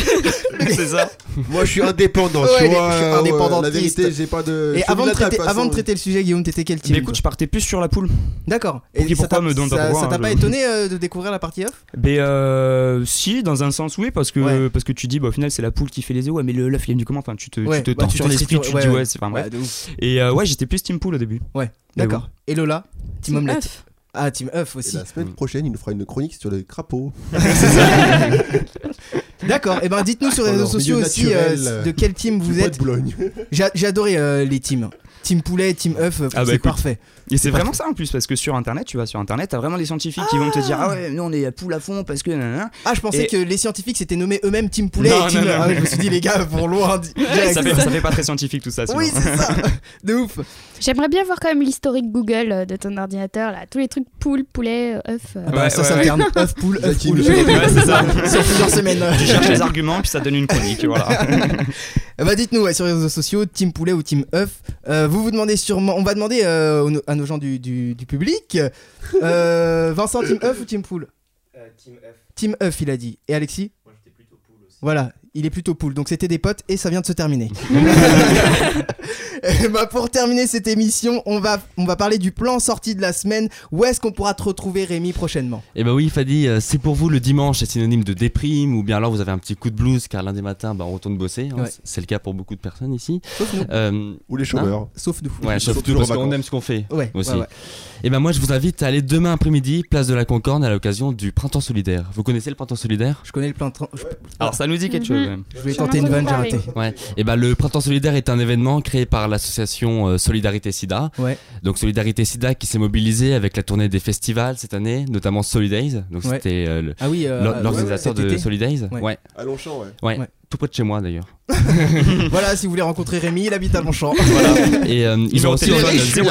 [SPEAKER 4] C'est ça.
[SPEAKER 14] Moi, je suis indépendant,
[SPEAKER 1] Ouais,
[SPEAKER 14] tu
[SPEAKER 1] il est-
[SPEAKER 14] vois.
[SPEAKER 1] je suis
[SPEAKER 14] euh,
[SPEAKER 1] indépendantiste.
[SPEAKER 14] La vérité, j'ai pas de.
[SPEAKER 1] Et
[SPEAKER 14] je fais
[SPEAKER 1] avant
[SPEAKER 14] de la
[SPEAKER 1] de,
[SPEAKER 14] table,
[SPEAKER 1] traiter,
[SPEAKER 14] de toute
[SPEAKER 1] avant de
[SPEAKER 14] façon.
[SPEAKER 1] traiter le sujet, Guillaume, t'étais quel team
[SPEAKER 4] Mais écoute, je partais plus sur la poule.
[SPEAKER 1] D'accord.
[SPEAKER 4] Pour qui,
[SPEAKER 1] ça
[SPEAKER 4] pourquoi
[SPEAKER 1] t'a-
[SPEAKER 4] me donne pas
[SPEAKER 1] ça-
[SPEAKER 4] droit,
[SPEAKER 1] Ça
[SPEAKER 4] hein,
[SPEAKER 1] t'a
[SPEAKER 4] je-
[SPEAKER 1] pas étonné euh, de découvrir la partie off
[SPEAKER 4] Ben euh, si, dans un sens oui, parce que parce que tu dis bah au final c'est la poule qui fait les œufs, ouais, mais le l'œuf il est venu comment Enfin tu te
[SPEAKER 1] Ouais,
[SPEAKER 4] tu te
[SPEAKER 1] bah, tu
[SPEAKER 4] tortures
[SPEAKER 1] te
[SPEAKER 4] l'esprit,
[SPEAKER 1] situes-
[SPEAKER 4] tu te
[SPEAKER 1] ouais,
[SPEAKER 4] dis
[SPEAKER 1] ouais.
[SPEAKER 4] ouais c'est enfin
[SPEAKER 1] Ouais,
[SPEAKER 4] bref.
[SPEAKER 1] de ouf.
[SPEAKER 4] Et euh, ouais j'étais plus team poule au début.
[SPEAKER 1] Ouais.
[SPEAKER 4] Mais
[SPEAKER 1] D'accord.
[SPEAKER 4] bon.
[SPEAKER 1] Et Lola Team
[SPEAKER 4] Team
[SPEAKER 1] Omelette.
[SPEAKER 4] œuf.
[SPEAKER 1] Ah, Team œuf
[SPEAKER 2] Et
[SPEAKER 1] aussi.
[SPEAKER 2] la semaine prochaine, il nous fera une chronique sur les crapauds.
[SPEAKER 1] D'accord. Et ben, dites-nous sur les
[SPEAKER 2] Dans
[SPEAKER 1] réseaux
[SPEAKER 2] leur
[SPEAKER 1] sociaux
[SPEAKER 2] milieu
[SPEAKER 1] aussi
[SPEAKER 2] naturel,
[SPEAKER 1] euh,
[SPEAKER 2] euh,
[SPEAKER 1] de quel team
[SPEAKER 2] du
[SPEAKER 1] vous
[SPEAKER 2] bois de
[SPEAKER 1] êtes.
[SPEAKER 2] Boulogne.
[SPEAKER 1] J'ai j'ai adoré euh, les teams. Team poulet, team œuf, euh, c'est
[SPEAKER 4] Ah bah écoute.
[SPEAKER 1] parfait.
[SPEAKER 4] Et c'est vraiment
[SPEAKER 1] parfait.
[SPEAKER 4] ça en plus parce que sur internet tu vas sur internet t'as vraiment des scientifiques qui vont te dire ah ouais nous on est à poule à fond parce que nanana.
[SPEAKER 1] Ah, je pensais
[SPEAKER 4] Et-
[SPEAKER 1] que les scientifiques s'étaient nommés eux-mêmes team poulet
[SPEAKER 4] Non,
[SPEAKER 1] et team
[SPEAKER 4] non, non.
[SPEAKER 1] Ah ouais, je me suis dit, les gars, vont loin. di- direct.
[SPEAKER 4] ça, fait, ça fait pas très scientifique tout ça.
[SPEAKER 1] Oui,
[SPEAKER 4] sinon.
[SPEAKER 1] c'est ça. De ouf.
[SPEAKER 5] J'aimerais bien voir quand même l'historique Google euh, de ton ordinateur, là. Tous les trucs poule, poulet, euh, œuf. euh.
[SPEAKER 1] Ah bah,
[SPEAKER 4] Ouais,
[SPEAKER 1] ça
[SPEAKER 4] ouais,
[SPEAKER 1] s'alterne
[SPEAKER 4] ouais.
[SPEAKER 1] œuf poule,
[SPEAKER 4] La
[SPEAKER 1] œuf
[SPEAKER 4] team.
[SPEAKER 1] poule.
[SPEAKER 4] Ouais, c'est ça.
[SPEAKER 1] Sur plusieurs semaines.
[SPEAKER 4] Tu cherches les arguments puis ça donne une chronique voilà.
[SPEAKER 1] Eh Bah dites-nous ouais, sur les réseaux sociaux, Team Poulet ou Team œuf. Euh, vous vous demandez sûrement, on va demander euh, au- à nos gens du, du- du public. Euh, Vincent, Team œuf ou Team Poule
[SPEAKER 15] Team F.
[SPEAKER 1] Euh, Team œuf, il a dit. Et Alexis Moi j'étais plutôt poule aussi. Voilà, il est plutôt poule. Donc c'était des potes et ça vient de se terminer. Eh ben, pour terminer cette émission, on va, on va parler du plan sorti de la semaine. Où est-ce qu'on pourra te retrouver Rémi prochainement
[SPEAKER 3] Eh ben oui, Fadi, euh, c'est pour vous le dimanche est synonyme de déprime ou bien alors vous avez un petit coup de blues car lundi matin bah, on retourne bosser. hein.
[SPEAKER 1] Ouais.
[SPEAKER 3] C'est le cas pour beaucoup de personnes ici.
[SPEAKER 1] Sauf nous.
[SPEAKER 3] Euh,
[SPEAKER 2] Ou les chômeurs.
[SPEAKER 3] hein
[SPEAKER 1] Sauf nous.
[SPEAKER 3] Ouais,
[SPEAKER 1] Sauf
[SPEAKER 3] sauf nous
[SPEAKER 1] toujours
[SPEAKER 3] parce
[SPEAKER 1] en
[SPEAKER 3] qu'on
[SPEAKER 1] vacances.
[SPEAKER 3] aime ce qu'on fait.
[SPEAKER 1] Ouais,
[SPEAKER 3] aussi.
[SPEAKER 1] ouais, ouais.
[SPEAKER 3] Et ben moi je vous invite à aller demain après-midi place de la Concorde à l'occasion du printemps solidaire. Vous connaissez le printemps solidaire
[SPEAKER 1] Je connais le printemps. je-
[SPEAKER 3] Alors ça nous dit quelque chose.
[SPEAKER 1] Mhm.
[SPEAKER 3] ouais.
[SPEAKER 1] Je voulais tenter une vanne, j'ai arrêté.
[SPEAKER 3] Ouais. Et ben le Printemps Solidaire est un événement créé par l'association euh, Solidarité SIDA.
[SPEAKER 1] Ouais.
[SPEAKER 3] Donc Solidarité SIDA qui s'est mobilisée avec la tournée des festivals cette année, notamment Solidays. Donc
[SPEAKER 1] Ouais.
[SPEAKER 3] c'était euh, le-
[SPEAKER 1] Ah oui, euh,
[SPEAKER 3] l'or-
[SPEAKER 1] euh,
[SPEAKER 3] l'organisateur
[SPEAKER 1] ouais, cet
[SPEAKER 3] de
[SPEAKER 1] été.
[SPEAKER 3] Solidays.
[SPEAKER 1] Ouais.
[SPEAKER 3] Ouais.
[SPEAKER 2] À Longchamp, ouais.
[SPEAKER 3] Ouais.
[SPEAKER 1] Ouais.
[SPEAKER 3] Tout près de chez moi d'ailleurs.
[SPEAKER 1] voilà, si vous voulez rencontrer Rémi, il habite à Longchamp.
[SPEAKER 3] Et euh, ils ont aussi organisé-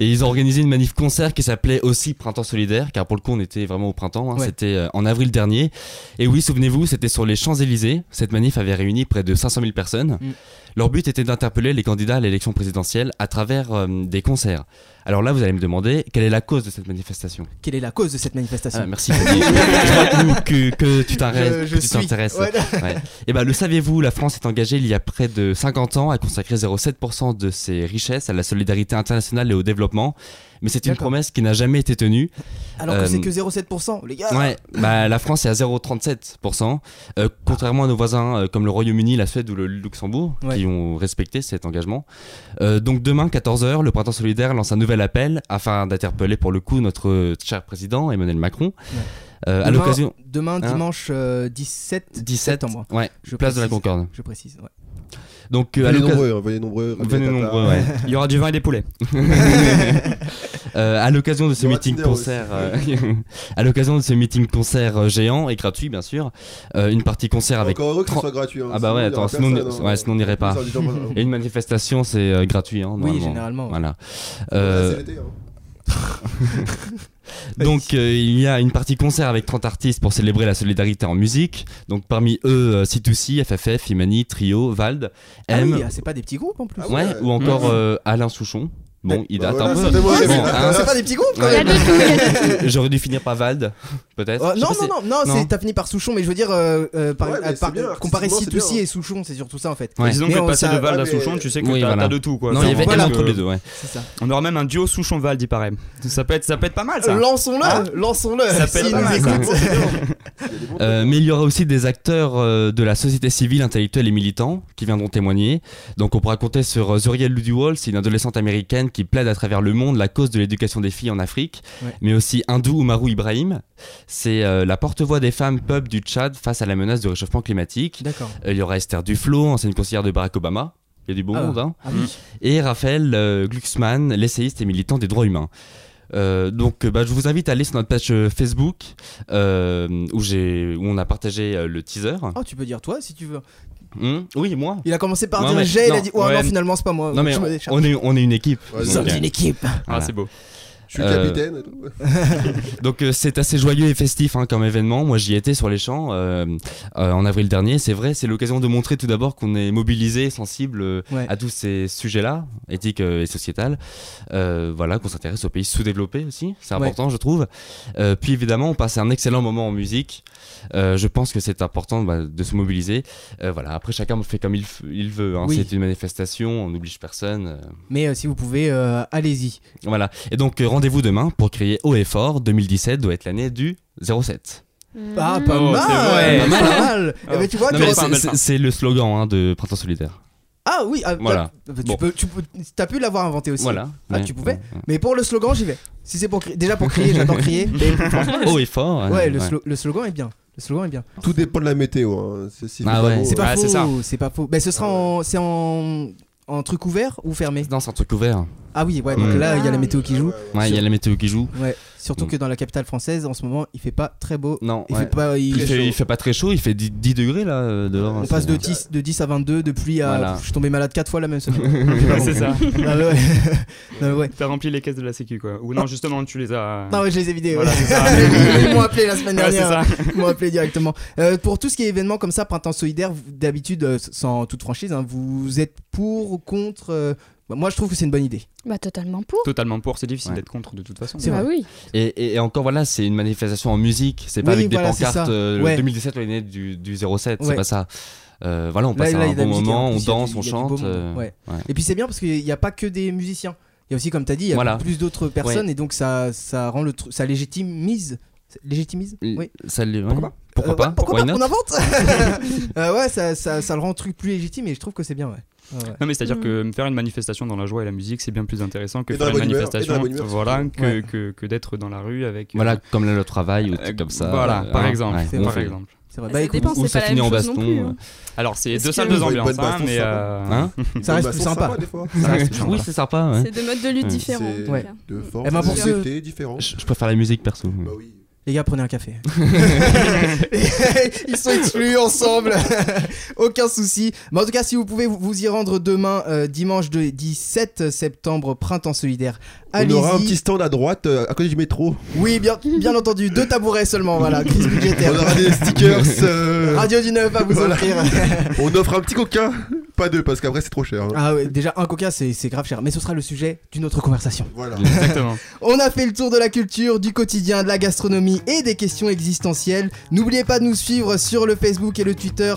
[SPEAKER 3] Et ils ont organisé une manif concert qui s'appelait aussi Printemps solidaire, car pour le coup on était vraiment au printemps, hein.
[SPEAKER 1] Ouais.
[SPEAKER 3] c'était euh, en avril dernier. Et oui, souvenez-vous, c'était sur les Champs-Élysées. Cette manif avait réuni près de 500 000 personnes.
[SPEAKER 1] Mm.
[SPEAKER 3] Leur but était d'interpeller les candidats à l'élection présidentielle à travers euh, des concerts. Alors là, vous allez me demander quelle est la cause de cette manifestation
[SPEAKER 1] Quelle est la cause de cette manifestation
[SPEAKER 3] ah, merci. Fabien. Je crois que nous- que, que tu
[SPEAKER 1] Je-
[SPEAKER 3] t'arrêtes,
[SPEAKER 1] je
[SPEAKER 3] que tu
[SPEAKER 1] suis.
[SPEAKER 3] t'intéresses.
[SPEAKER 1] Ouais.
[SPEAKER 3] Et ben, le saviez-vous, la France est engagée il y a près de 50 ans à consacrer 0,7% de ses richesses à la solidarité internationale et au développement. Mais c'est une
[SPEAKER 1] D'accord. Ah,
[SPEAKER 3] promesse qui n'a jamais été tenue.
[SPEAKER 1] Alors que c'est
[SPEAKER 3] Euh,
[SPEAKER 1] que 0,7%, les gars.
[SPEAKER 3] Ouais, bah, la France est à 0,37%, euh, contrairement à nos voisins euh, comme le Royaume-Uni, la Suède ou le Luxembourg,
[SPEAKER 1] Ouais.
[SPEAKER 3] qui ont respecté cet engagement. Euh, donc demain, 14h, le Printemps Solidaire lance un nouvel appel afin d'interpeller pour le coup notre euh, cher président Emmanuel Macron. Euh, à
[SPEAKER 1] Demain-
[SPEAKER 3] l'occasion.
[SPEAKER 1] Demain,
[SPEAKER 3] Hein
[SPEAKER 1] dimanche euh, 17,
[SPEAKER 3] 17
[SPEAKER 1] septembre.
[SPEAKER 3] ouais,
[SPEAKER 1] Je
[SPEAKER 3] place de la
[SPEAKER 1] précise.
[SPEAKER 3] Concorde. Oh,
[SPEAKER 1] Je précise, ouais.
[SPEAKER 3] Donc, euh, à
[SPEAKER 2] Venez
[SPEAKER 3] l'occasion-
[SPEAKER 2] nombreux, hein, venez nombreux. ramenez
[SPEAKER 3] Venez
[SPEAKER 2] ta table.
[SPEAKER 3] nombreux, ouais.
[SPEAKER 4] Il y aura du vin et des poulets.
[SPEAKER 3] Euh, à l'occasion de
[SPEAKER 2] Il
[SPEAKER 3] ce
[SPEAKER 2] y aura
[SPEAKER 3] meeting
[SPEAKER 2] Tinder aussi.
[SPEAKER 3] concert, euh, à l'occasion de ce meeting concert euh, géant et gratuit bien sûr, euh, une partie concert avec
[SPEAKER 2] Encore heureux que ce
[SPEAKER 3] 30
[SPEAKER 2] soit gratuit, hein,
[SPEAKER 3] ah bah
[SPEAKER 2] sinon,
[SPEAKER 3] ouais,
[SPEAKER 2] il y aura
[SPEAKER 3] attends, sinon, on-
[SPEAKER 2] personne, hein.
[SPEAKER 3] ouais, sinon on n'irait pas.
[SPEAKER 2] Ça, les gens, voilà.
[SPEAKER 3] Et une manifestation c'est euh, gratuit hein,
[SPEAKER 1] Oui,
[SPEAKER 3] normalement.
[SPEAKER 1] généralement, ouais.
[SPEAKER 3] Voilà.
[SPEAKER 2] Ouais,
[SPEAKER 3] Euh,
[SPEAKER 2] c'est l'été,
[SPEAKER 3] Donc euh, il y a une partie concert avec 30 artistes pour célébrer la solidarité en musique. Donc parmi eux euh, C2C, FFF, Imani, Trio, Vald,
[SPEAKER 1] Ah
[SPEAKER 3] M.
[SPEAKER 1] oui, ah, c'est pas des petits groupes en plus.
[SPEAKER 3] ouais, ou encore
[SPEAKER 1] Mmh.
[SPEAKER 3] euh, Alain Souchon. Bon, il
[SPEAKER 1] Bah
[SPEAKER 3] date
[SPEAKER 1] voilà,
[SPEAKER 3] un
[SPEAKER 1] c'est
[SPEAKER 3] peu.
[SPEAKER 1] des bons,
[SPEAKER 3] Bon,
[SPEAKER 1] mais
[SPEAKER 3] hein.
[SPEAKER 1] c'est pas des petits groupes, quand
[SPEAKER 3] Ouais.
[SPEAKER 1] même. Il y a de tout, il y a de tout.
[SPEAKER 3] J'aurais dû finir par Vald, peut-être.
[SPEAKER 1] Euh,
[SPEAKER 3] Je sais
[SPEAKER 1] non,
[SPEAKER 3] pas
[SPEAKER 1] non,
[SPEAKER 3] si-
[SPEAKER 1] non, non, c'est- t'as fini par Souchon, mais je veux dire, euh, euh, par,
[SPEAKER 2] Ouais, mais
[SPEAKER 1] euh,
[SPEAKER 2] c'est
[SPEAKER 1] par-
[SPEAKER 2] bien,
[SPEAKER 1] comparer
[SPEAKER 2] artistiquement, c'est
[SPEAKER 1] Citoussi
[SPEAKER 2] bien. hein.
[SPEAKER 1] et Souchon, c'est surtout ça en fait.
[SPEAKER 3] Ouais.
[SPEAKER 4] Disons
[SPEAKER 1] Mais
[SPEAKER 4] que
[SPEAKER 1] on-
[SPEAKER 4] passer
[SPEAKER 1] ça-
[SPEAKER 4] de Val
[SPEAKER 1] ouais,
[SPEAKER 4] à
[SPEAKER 1] mais-
[SPEAKER 4] Souchon, tu sais que
[SPEAKER 3] Oui,
[SPEAKER 4] t'as
[SPEAKER 3] voilà.
[SPEAKER 4] t'as de tout quoi.
[SPEAKER 3] Non, il y avait
[SPEAKER 4] Voilà.
[SPEAKER 3] M entre les deux, ouais.
[SPEAKER 1] C'est ça.
[SPEAKER 4] On aura même un duo Souchon Vald, il paraît. Ça peut être, ça peut être pas mal ça.
[SPEAKER 1] Lançons-le,
[SPEAKER 4] Hein
[SPEAKER 1] lançons-le.
[SPEAKER 4] Ça peut être
[SPEAKER 1] s'il
[SPEAKER 4] pas
[SPEAKER 1] nous
[SPEAKER 4] mal, ça.
[SPEAKER 1] écoute.
[SPEAKER 3] Euh, mais il y aura aussi des acteurs euh, de la société civile, intellectuelle et militants qui viendront témoigner. Donc on pourra compter sur euh, Zuriel Luduwall, c'est une adolescente américaine qui plaide à travers le monde la cause de l'éducation des filles en Afrique,
[SPEAKER 1] Ouais.
[SPEAKER 3] mais aussi Hindou Oumarou Ibrahim. C'est euh, la porte-voix des femmes peuples du Tchad face à la menace du réchauffement climatique.
[SPEAKER 1] D'accord.
[SPEAKER 3] Euh, il y aura Esther Duflo, ancienne conseillère de Barack Obama. Il y a du beau
[SPEAKER 1] Ah.
[SPEAKER 3] monde. hein.
[SPEAKER 1] Ah oui.
[SPEAKER 3] Et Raphaël euh, Glucksmann, l'essayiste et militant des droits humains. Euh, donc, euh, bah, je vous invite à aller sur notre page euh, Facebook euh, où, j'ai- où on a partagé euh, le teaser.
[SPEAKER 1] Oh, tu peux dire toi si tu veux.
[SPEAKER 3] Hmm oui, moi.
[SPEAKER 1] Il a commencé par
[SPEAKER 3] Ouais,
[SPEAKER 1] dire
[SPEAKER 3] mais-
[SPEAKER 1] j'ai, il a
[SPEAKER 3] non,
[SPEAKER 1] dit oh
[SPEAKER 3] ouais,
[SPEAKER 1] non, finalement, c'est pas moi.
[SPEAKER 3] Non, mais
[SPEAKER 1] Je me
[SPEAKER 3] on,
[SPEAKER 1] décharge.
[SPEAKER 3] on est, on est une équipe.
[SPEAKER 1] Nous sommes une équipe. Ah,
[SPEAKER 2] c'est beau. Je suis
[SPEAKER 3] Euh,
[SPEAKER 2] capitaine.
[SPEAKER 3] donc euh, c'est assez joyeux et festif hein, comme événement. Moi j'y étais sur les champs euh, euh, en avril dernier. C'est vrai, c'est l'occasion de montrer tout d'abord qu'on est mobilisé, sensible euh,
[SPEAKER 1] Ouais.
[SPEAKER 3] à tous ces sujets-là, éthiques euh, et sociétales. Euh, voilà, qu'on s'intéresse aux pays sous-développés aussi. C'est
[SPEAKER 1] Ouais.
[SPEAKER 3] important, je trouve. Euh, puis évidemment, on passe un excellent moment en musique. Euh, je pense que c'est important bah, de se mobiliser. Euh, voilà, après chacun fait comme il, f- il veut. hein.
[SPEAKER 1] Oui.
[SPEAKER 3] C'est une manifestation, on n'oblige personne. euh,
[SPEAKER 1] Mais euh, si vous pouvez, euh, allez-y.
[SPEAKER 3] voilà. Et donc, euh, rendez-vous demain pour crier haut et fort. 2017 doit être l'année du 07.
[SPEAKER 1] Ah,
[SPEAKER 4] Mm.
[SPEAKER 1] pas
[SPEAKER 3] Oh,
[SPEAKER 1] mal
[SPEAKER 3] c'est vrai.
[SPEAKER 1] Pas
[SPEAKER 3] Pas mal, hein
[SPEAKER 1] mal Eh ben, tu vois,
[SPEAKER 3] Non,
[SPEAKER 1] tu
[SPEAKER 3] mais
[SPEAKER 1] vois-
[SPEAKER 3] c'est- c'est- C'est le slogan hein, de Printemps solidaire.
[SPEAKER 1] Ah oui, ah,
[SPEAKER 3] Voilà.
[SPEAKER 1] t'as- tu,
[SPEAKER 3] Bon.
[SPEAKER 1] peux, tu peux- t'as pu l'avoir inventé aussi.
[SPEAKER 3] Voilà.
[SPEAKER 1] Ah,
[SPEAKER 3] Ouais.
[SPEAKER 1] tu pouvais.
[SPEAKER 3] Ouais, ouais.
[SPEAKER 1] Mais pour le slogan, j'y vais. Si c'est pour crier, déjà pour crier, j'adore crier. mais franchement, le-
[SPEAKER 3] Haut et fort,
[SPEAKER 1] Ouais,
[SPEAKER 3] ouais,
[SPEAKER 1] le,
[SPEAKER 3] ouais.
[SPEAKER 1] slo- le slogan est bien. Le slogan est bien.
[SPEAKER 2] Tout dépend de la météo. hein. C'est- si
[SPEAKER 3] Ah
[SPEAKER 2] fait
[SPEAKER 3] ouais.
[SPEAKER 2] beau,
[SPEAKER 1] C'est pas
[SPEAKER 2] euh,
[SPEAKER 1] faux. C'est pas faux. Ben, ce sera en, c'est en, en truc ouvert ou fermé
[SPEAKER 3] Non, c'est un truc ouvert.
[SPEAKER 1] Ah oui, ouais. Donc
[SPEAKER 3] Mm.
[SPEAKER 1] là, il y a la météo qui joue.
[SPEAKER 2] euh,
[SPEAKER 3] Ouais, il y a la météo qui joue.
[SPEAKER 1] Ah Ouais. Surtout
[SPEAKER 3] Mm.
[SPEAKER 1] que dans la capitale française, en ce moment, il fait pas très beau.
[SPEAKER 3] Non,
[SPEAKER 1] il
[SPEAKER 3] ouais.
[SPEAKER 1] fait pas.
[SPEAKER 3] il, fait, il fait pas très chaud, il fait 10, 10 degrés là euh, dehors.
[SPEAKER 1] On
[SPEAKER 3] c'est-
[SPEAKER 1] passe de 10, de 10 à 22 depuis à.
[SPEAKER 3] Voilà.
[SPEAKER 1] Je suis tombé malade 4 fois la même semaine. C'est pas bon.
[SPEAKER 4] c'est ça.
[SPEAKER 1] Ah ouais. Non, mais ouais.
[SPEAKER 4] T'as rempli les caisses de la sécu quoi. Ou non, justement, tu les as.
[SPEAKER 1] Non, ouais, je les ai vidés.
[SPEAKER 4] Voilà,
[SPEAKER 1] ouais.
[SPEAKER 4] c'est ça.
[SPEAKER 1] Ils m'ont appelé la semaine
[SPEAKER 4] Ouais, c'est
[SPEAKER 1] dernière.
[SPEAKER 4] ça.
[SPEAKER 1] Ils m'ont appelé directement. Euh, pour tout ce qui est événement comme ça, Printemps solidaire, vous- d'habitude, euh, sans toute franchise, hein, vous êtes pour ou contre euh, bah, Moi, je trouve que c'est une bonne idée.
[SPEAKER 5] Bah, totalement pour.
[SPEAKER 4] Totalement pour, c'est difficile
[SPEAKER 3] Ouais.
[SPEAKER 4] d'être contre de toute façon.
[SPEAKER 1] C'est
[SPEAKER 5] Bah
[SPEAKER 1] vrai.
[SPEAKER 5] oui.
[SPEAKER 3] Et, et- et encore voilà, c'est une manifestation en musique, c'est pas
[SPEAKER 1] Oui,
[SPEAKER 3] avec des
[SPEAKER 1] voilà, c'est
[SPEAKER 3] pancartes
[SPEAKER 1] ça.
[SPEAKER 3] euh, le
[SPEAKER 1] Ouais.
[SPEAKER 3] 2017 l'année du, du 07,
[SPEAKER 1] Ouais.
[SPEAKER 3] c'est pas ça. Euh, voilà, on passe
[SPEAKER 1] Là, là,
[SPEAKER 3] un
[SPEAKER 1] il y a de la
[SPEAKER 3] bon
[SPEAKER 1] musique, hein.
[SPEAKER 3] moment,
[SPEAKER 1] En
[SPEAKER 3] on
[SPEAKER 1] plus, il y a
[SPEAKER 3] danse,
[SPEAKER 1] du-
[SPEAKER 3] on
[SPEAKER 1] il y a du beau
[SPEAKER 3] chante.
[SPEAKER 1] monde.
[SPEAKER 3] euh,
[SPEAKER 1] Ouais.
[SPEAKER 3] ouais.
[SPEAKER 1] Et puis c'est bien parce qu'il n'y a pas que des musiciens. Il y a aussi, comme tu as dit, il y a
[SPEAKER 3] Voilà.
[SPEAKER 1] plus d'autres personnes
[SPEAKER 3] Ouais.
[SPEAKER 1] et donc ça, ça rend le tru- ça légitimise. Légitimise Oui.
[SPEAKER 3] Ça l'est- ouais.
[SPEAKER 1] Pourquoi
[SPEAKER 3] hein. Pourquoi
[SPEAKER 1] Euh,
[SPEAKER 3] pas
[SPEAKER 1] ouais, Pourquoi
[SPEAKER 3] Why
[SPEAKER 1] pas
[SPEAKER 3] not
[SPEAKER 1] On invente Euh, Ouais, ça, ça, ça le rend le truc plus légitime et je trouve que c'est bien, ouais. Ouais, ouais.
[SPEAKER 4] Non mais c'est-à-dire que faire une manifestation dans la joie et la musique c'est bien plus intéressant que
[SPEAKER 2] Et dans
[SPEAKER 4] faire
[SPEAKER 2] la
[SPEAKER 4] une
[SPEAKER 2] bonne humeur, et dans la
[SPEAKER 4] manifestation
[SPEAKER 2] bonne humeur,
[SPEAKER 4] voilà
[SPEAKER 2] surtout.
[SPEAKER 4] que,
[SPEAKER 2] Ouais.
[SPEAKER 4] que, que d'être dans la rue avec euh,
[SPEAKER 3] Voilà, comme le travail ou
[SPEAKER 4] euh,
[SPEAKER 3] truc comme ça.
[SPEAKER 4] voilà
[SPEAKER 3] euh,
[SPEAKER 4] par
[SPEAKER 3] hein,
[SPEAKER 4] exemple
[SPEAKER 3] ouais,
[SPEAKER 1] c'est
[SPEAKER 3] on
[SPEAKER 4] par
[SPEAKER 3] fait-
[SPEAKER 4] exemple
[SPEAKER 1] C'est vrai.
[SPEAKER 6] Ça
[SPEAKER 1] Bah, écoute,
[SPEAKER 6] dépend,
[SPEAKER 3] ou
[SPEAKER 6] c'est
[SPEAKER 3] ça
[SPEAKER 6] pas la
[SPEAKER 3] finit
[SPEAKER 6] même
[SPEAKER 3] en
[SPEAKER 6] chose non
[SPEAKER 3] baston,
[SPEAKER 6] plus,
[SPEAKER 3] ouais.
[SPEAKER 6] hein.
[SPEAKER 4] alors c'est
[SPEAKER 6] Est-ce
[SPEAKER 4] deux
[SPEAKER 6] que-
[SPEAKER 4] salles deux
[SPEAKER 6] Une bonne
[SPEAKER 4] ambiances hein,
[SPEAKER 2] baston,
[SPEAKER 4] mais
[SPEAKER 2] ça
[SPEAKER 4] euh,
[SPEAKER 3] va. Hein
[SPEAKER 1] ça reste
[SPEAKER 2] Bah,
[SPEAKER 1] plus
[SPEAKER 2] c'est
[SPEAKER 1] sympa.
[SPEAKER 2] sympa, des fois.
[SPEAKER 1] Ça reste plus
[SPEAKER 3] Oui,
[SPEAKER 1] sympa.
[SPEAKER 3] c'est sympa. ouais.
[SPEAKER 6] C'est deux modes de lutte
[SPEAKER 3] Ouais.
[SPEAKER 6] différents. en tout
[SPEAKER 1] Ouais.
[SPEAKER 6] cas.
[SPEAKER 2] De forme,
[SPEAKER 1] Eh ben, pour ceux-
[SPEAKER 2] société différente.
[SPEAKER 3] Je, je préfère la musique perso.
[SPEAKER 2] Bah oui.
[SPEAKER 1] Les gars, prenez un café. Ils sont exclus ensemble. Aucun souci. Mais en tout cas, si vous pouvez vous- vous y rendre demain, euh, dimanche de 17 septembre, printemps solidaire.
[SPEAKER 2] On aura un
[SPEAKER 1] Allez-y.
[SPEAKER 2] petit stand à droite, euh, à côté du métro.
[SPEAKER 1] Oui, bien, bien entendu. Deux tabourets seulement, voilà. Crise budgétaire.
[SPEAKER 2] On aura des stickers. euh,
[SPEAKER 1] Radio du 9 à vous
[SPEAKER 2] Voilà.
[SPEAKER 1] offrir.
[SPEAKER 2] On offre un petit coca. Pas deux, parce qu'après c'est trop cher. hein.
[SPEAKER 1] ah ouais, déjà, un coca, c'est c'est grave cher. Mais ce sera le sujet d'une autre conversation.
[SPEAKER 2] Voilà.
[SPEAKER 4] exactement
[SPEAKER 1] On a fait le tour de la culture, du quotidien, de la gastronomie et des questions existentielles. N'oubliez pas de nous suivre sur le Facebook et le Twitter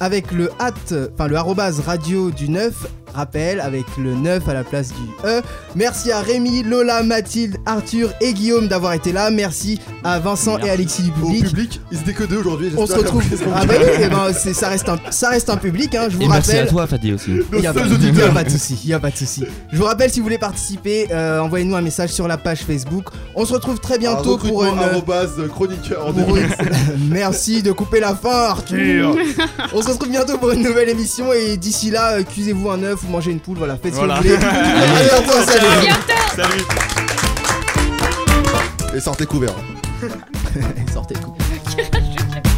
[SPEAKER 1] avec le at, enfin le arrobase radio du 9, rappel, avec le 9 à la place du E. Merci à Rémi, Lola, Mathilde, Arthur et Guillaume d'avoir été là. Merci à Vincent et Alexis du
[SPEAKER 2] Au
[SPEAKER 1] public.
[SPEAKER 2] public, il se dit que deux aujourd'hui.
[SPEAKER 1] On se
[SPEAKER 2] j'espère
[SPEAKER 1] retrouve.
[SPEAKER 2] qu'après,
[SPEAKER 1] Ah bah oui, eh ben, c'est- ça reste un, ça reste un public, hein, je vous
[SPEAKER 3] Et
[SPEAKER 1] rappelle.
[SPEAKER 3] merci à toi, Fadi aussi.
[SPEAKER 1] Il n'y a,
[SPEAKER 2] Nos
[SPEAKER 1] pas-
[SPEAKER 2] seuls
[SPEAKER 1] y a
[SPEAKER 2] auditeurs.
[SPEAKER 1] pas de souci, il a pas de souci. Je vous rappelle, si vous voulez participer, euh, envoyez-nous un message sur la page Facebook. On se retrouve très
[SPEAKER 2] Alors,
[SPEAKER 1] bientôt pour
[SPEAKER 2] recrutement,
[SPEAKER 1] une. euh,
[SPEAKER 2] arrobase, euh, chroniqueur en
[SPEAKER 1] pour
[SPEAKER 2] débrief.
[SPEAKER 1] une- Merci de couper la fin, Arthur. On se retrouve bientôt pour une nouvelle émission et d'ici là, euh, cuisez-vous un œuf ou mangez une poule, voilà, faites ce
[SPEAKER 4] Voilà.
[SPEAKER 1] que vous voulez. À bientôt, salut.
[SPEAKER 4] salut
[SPEAKER 2] Et sortez couvert.
[SPEAKER 1] Sortez, coupe.
[SPEAKER 10] Quel âge tu as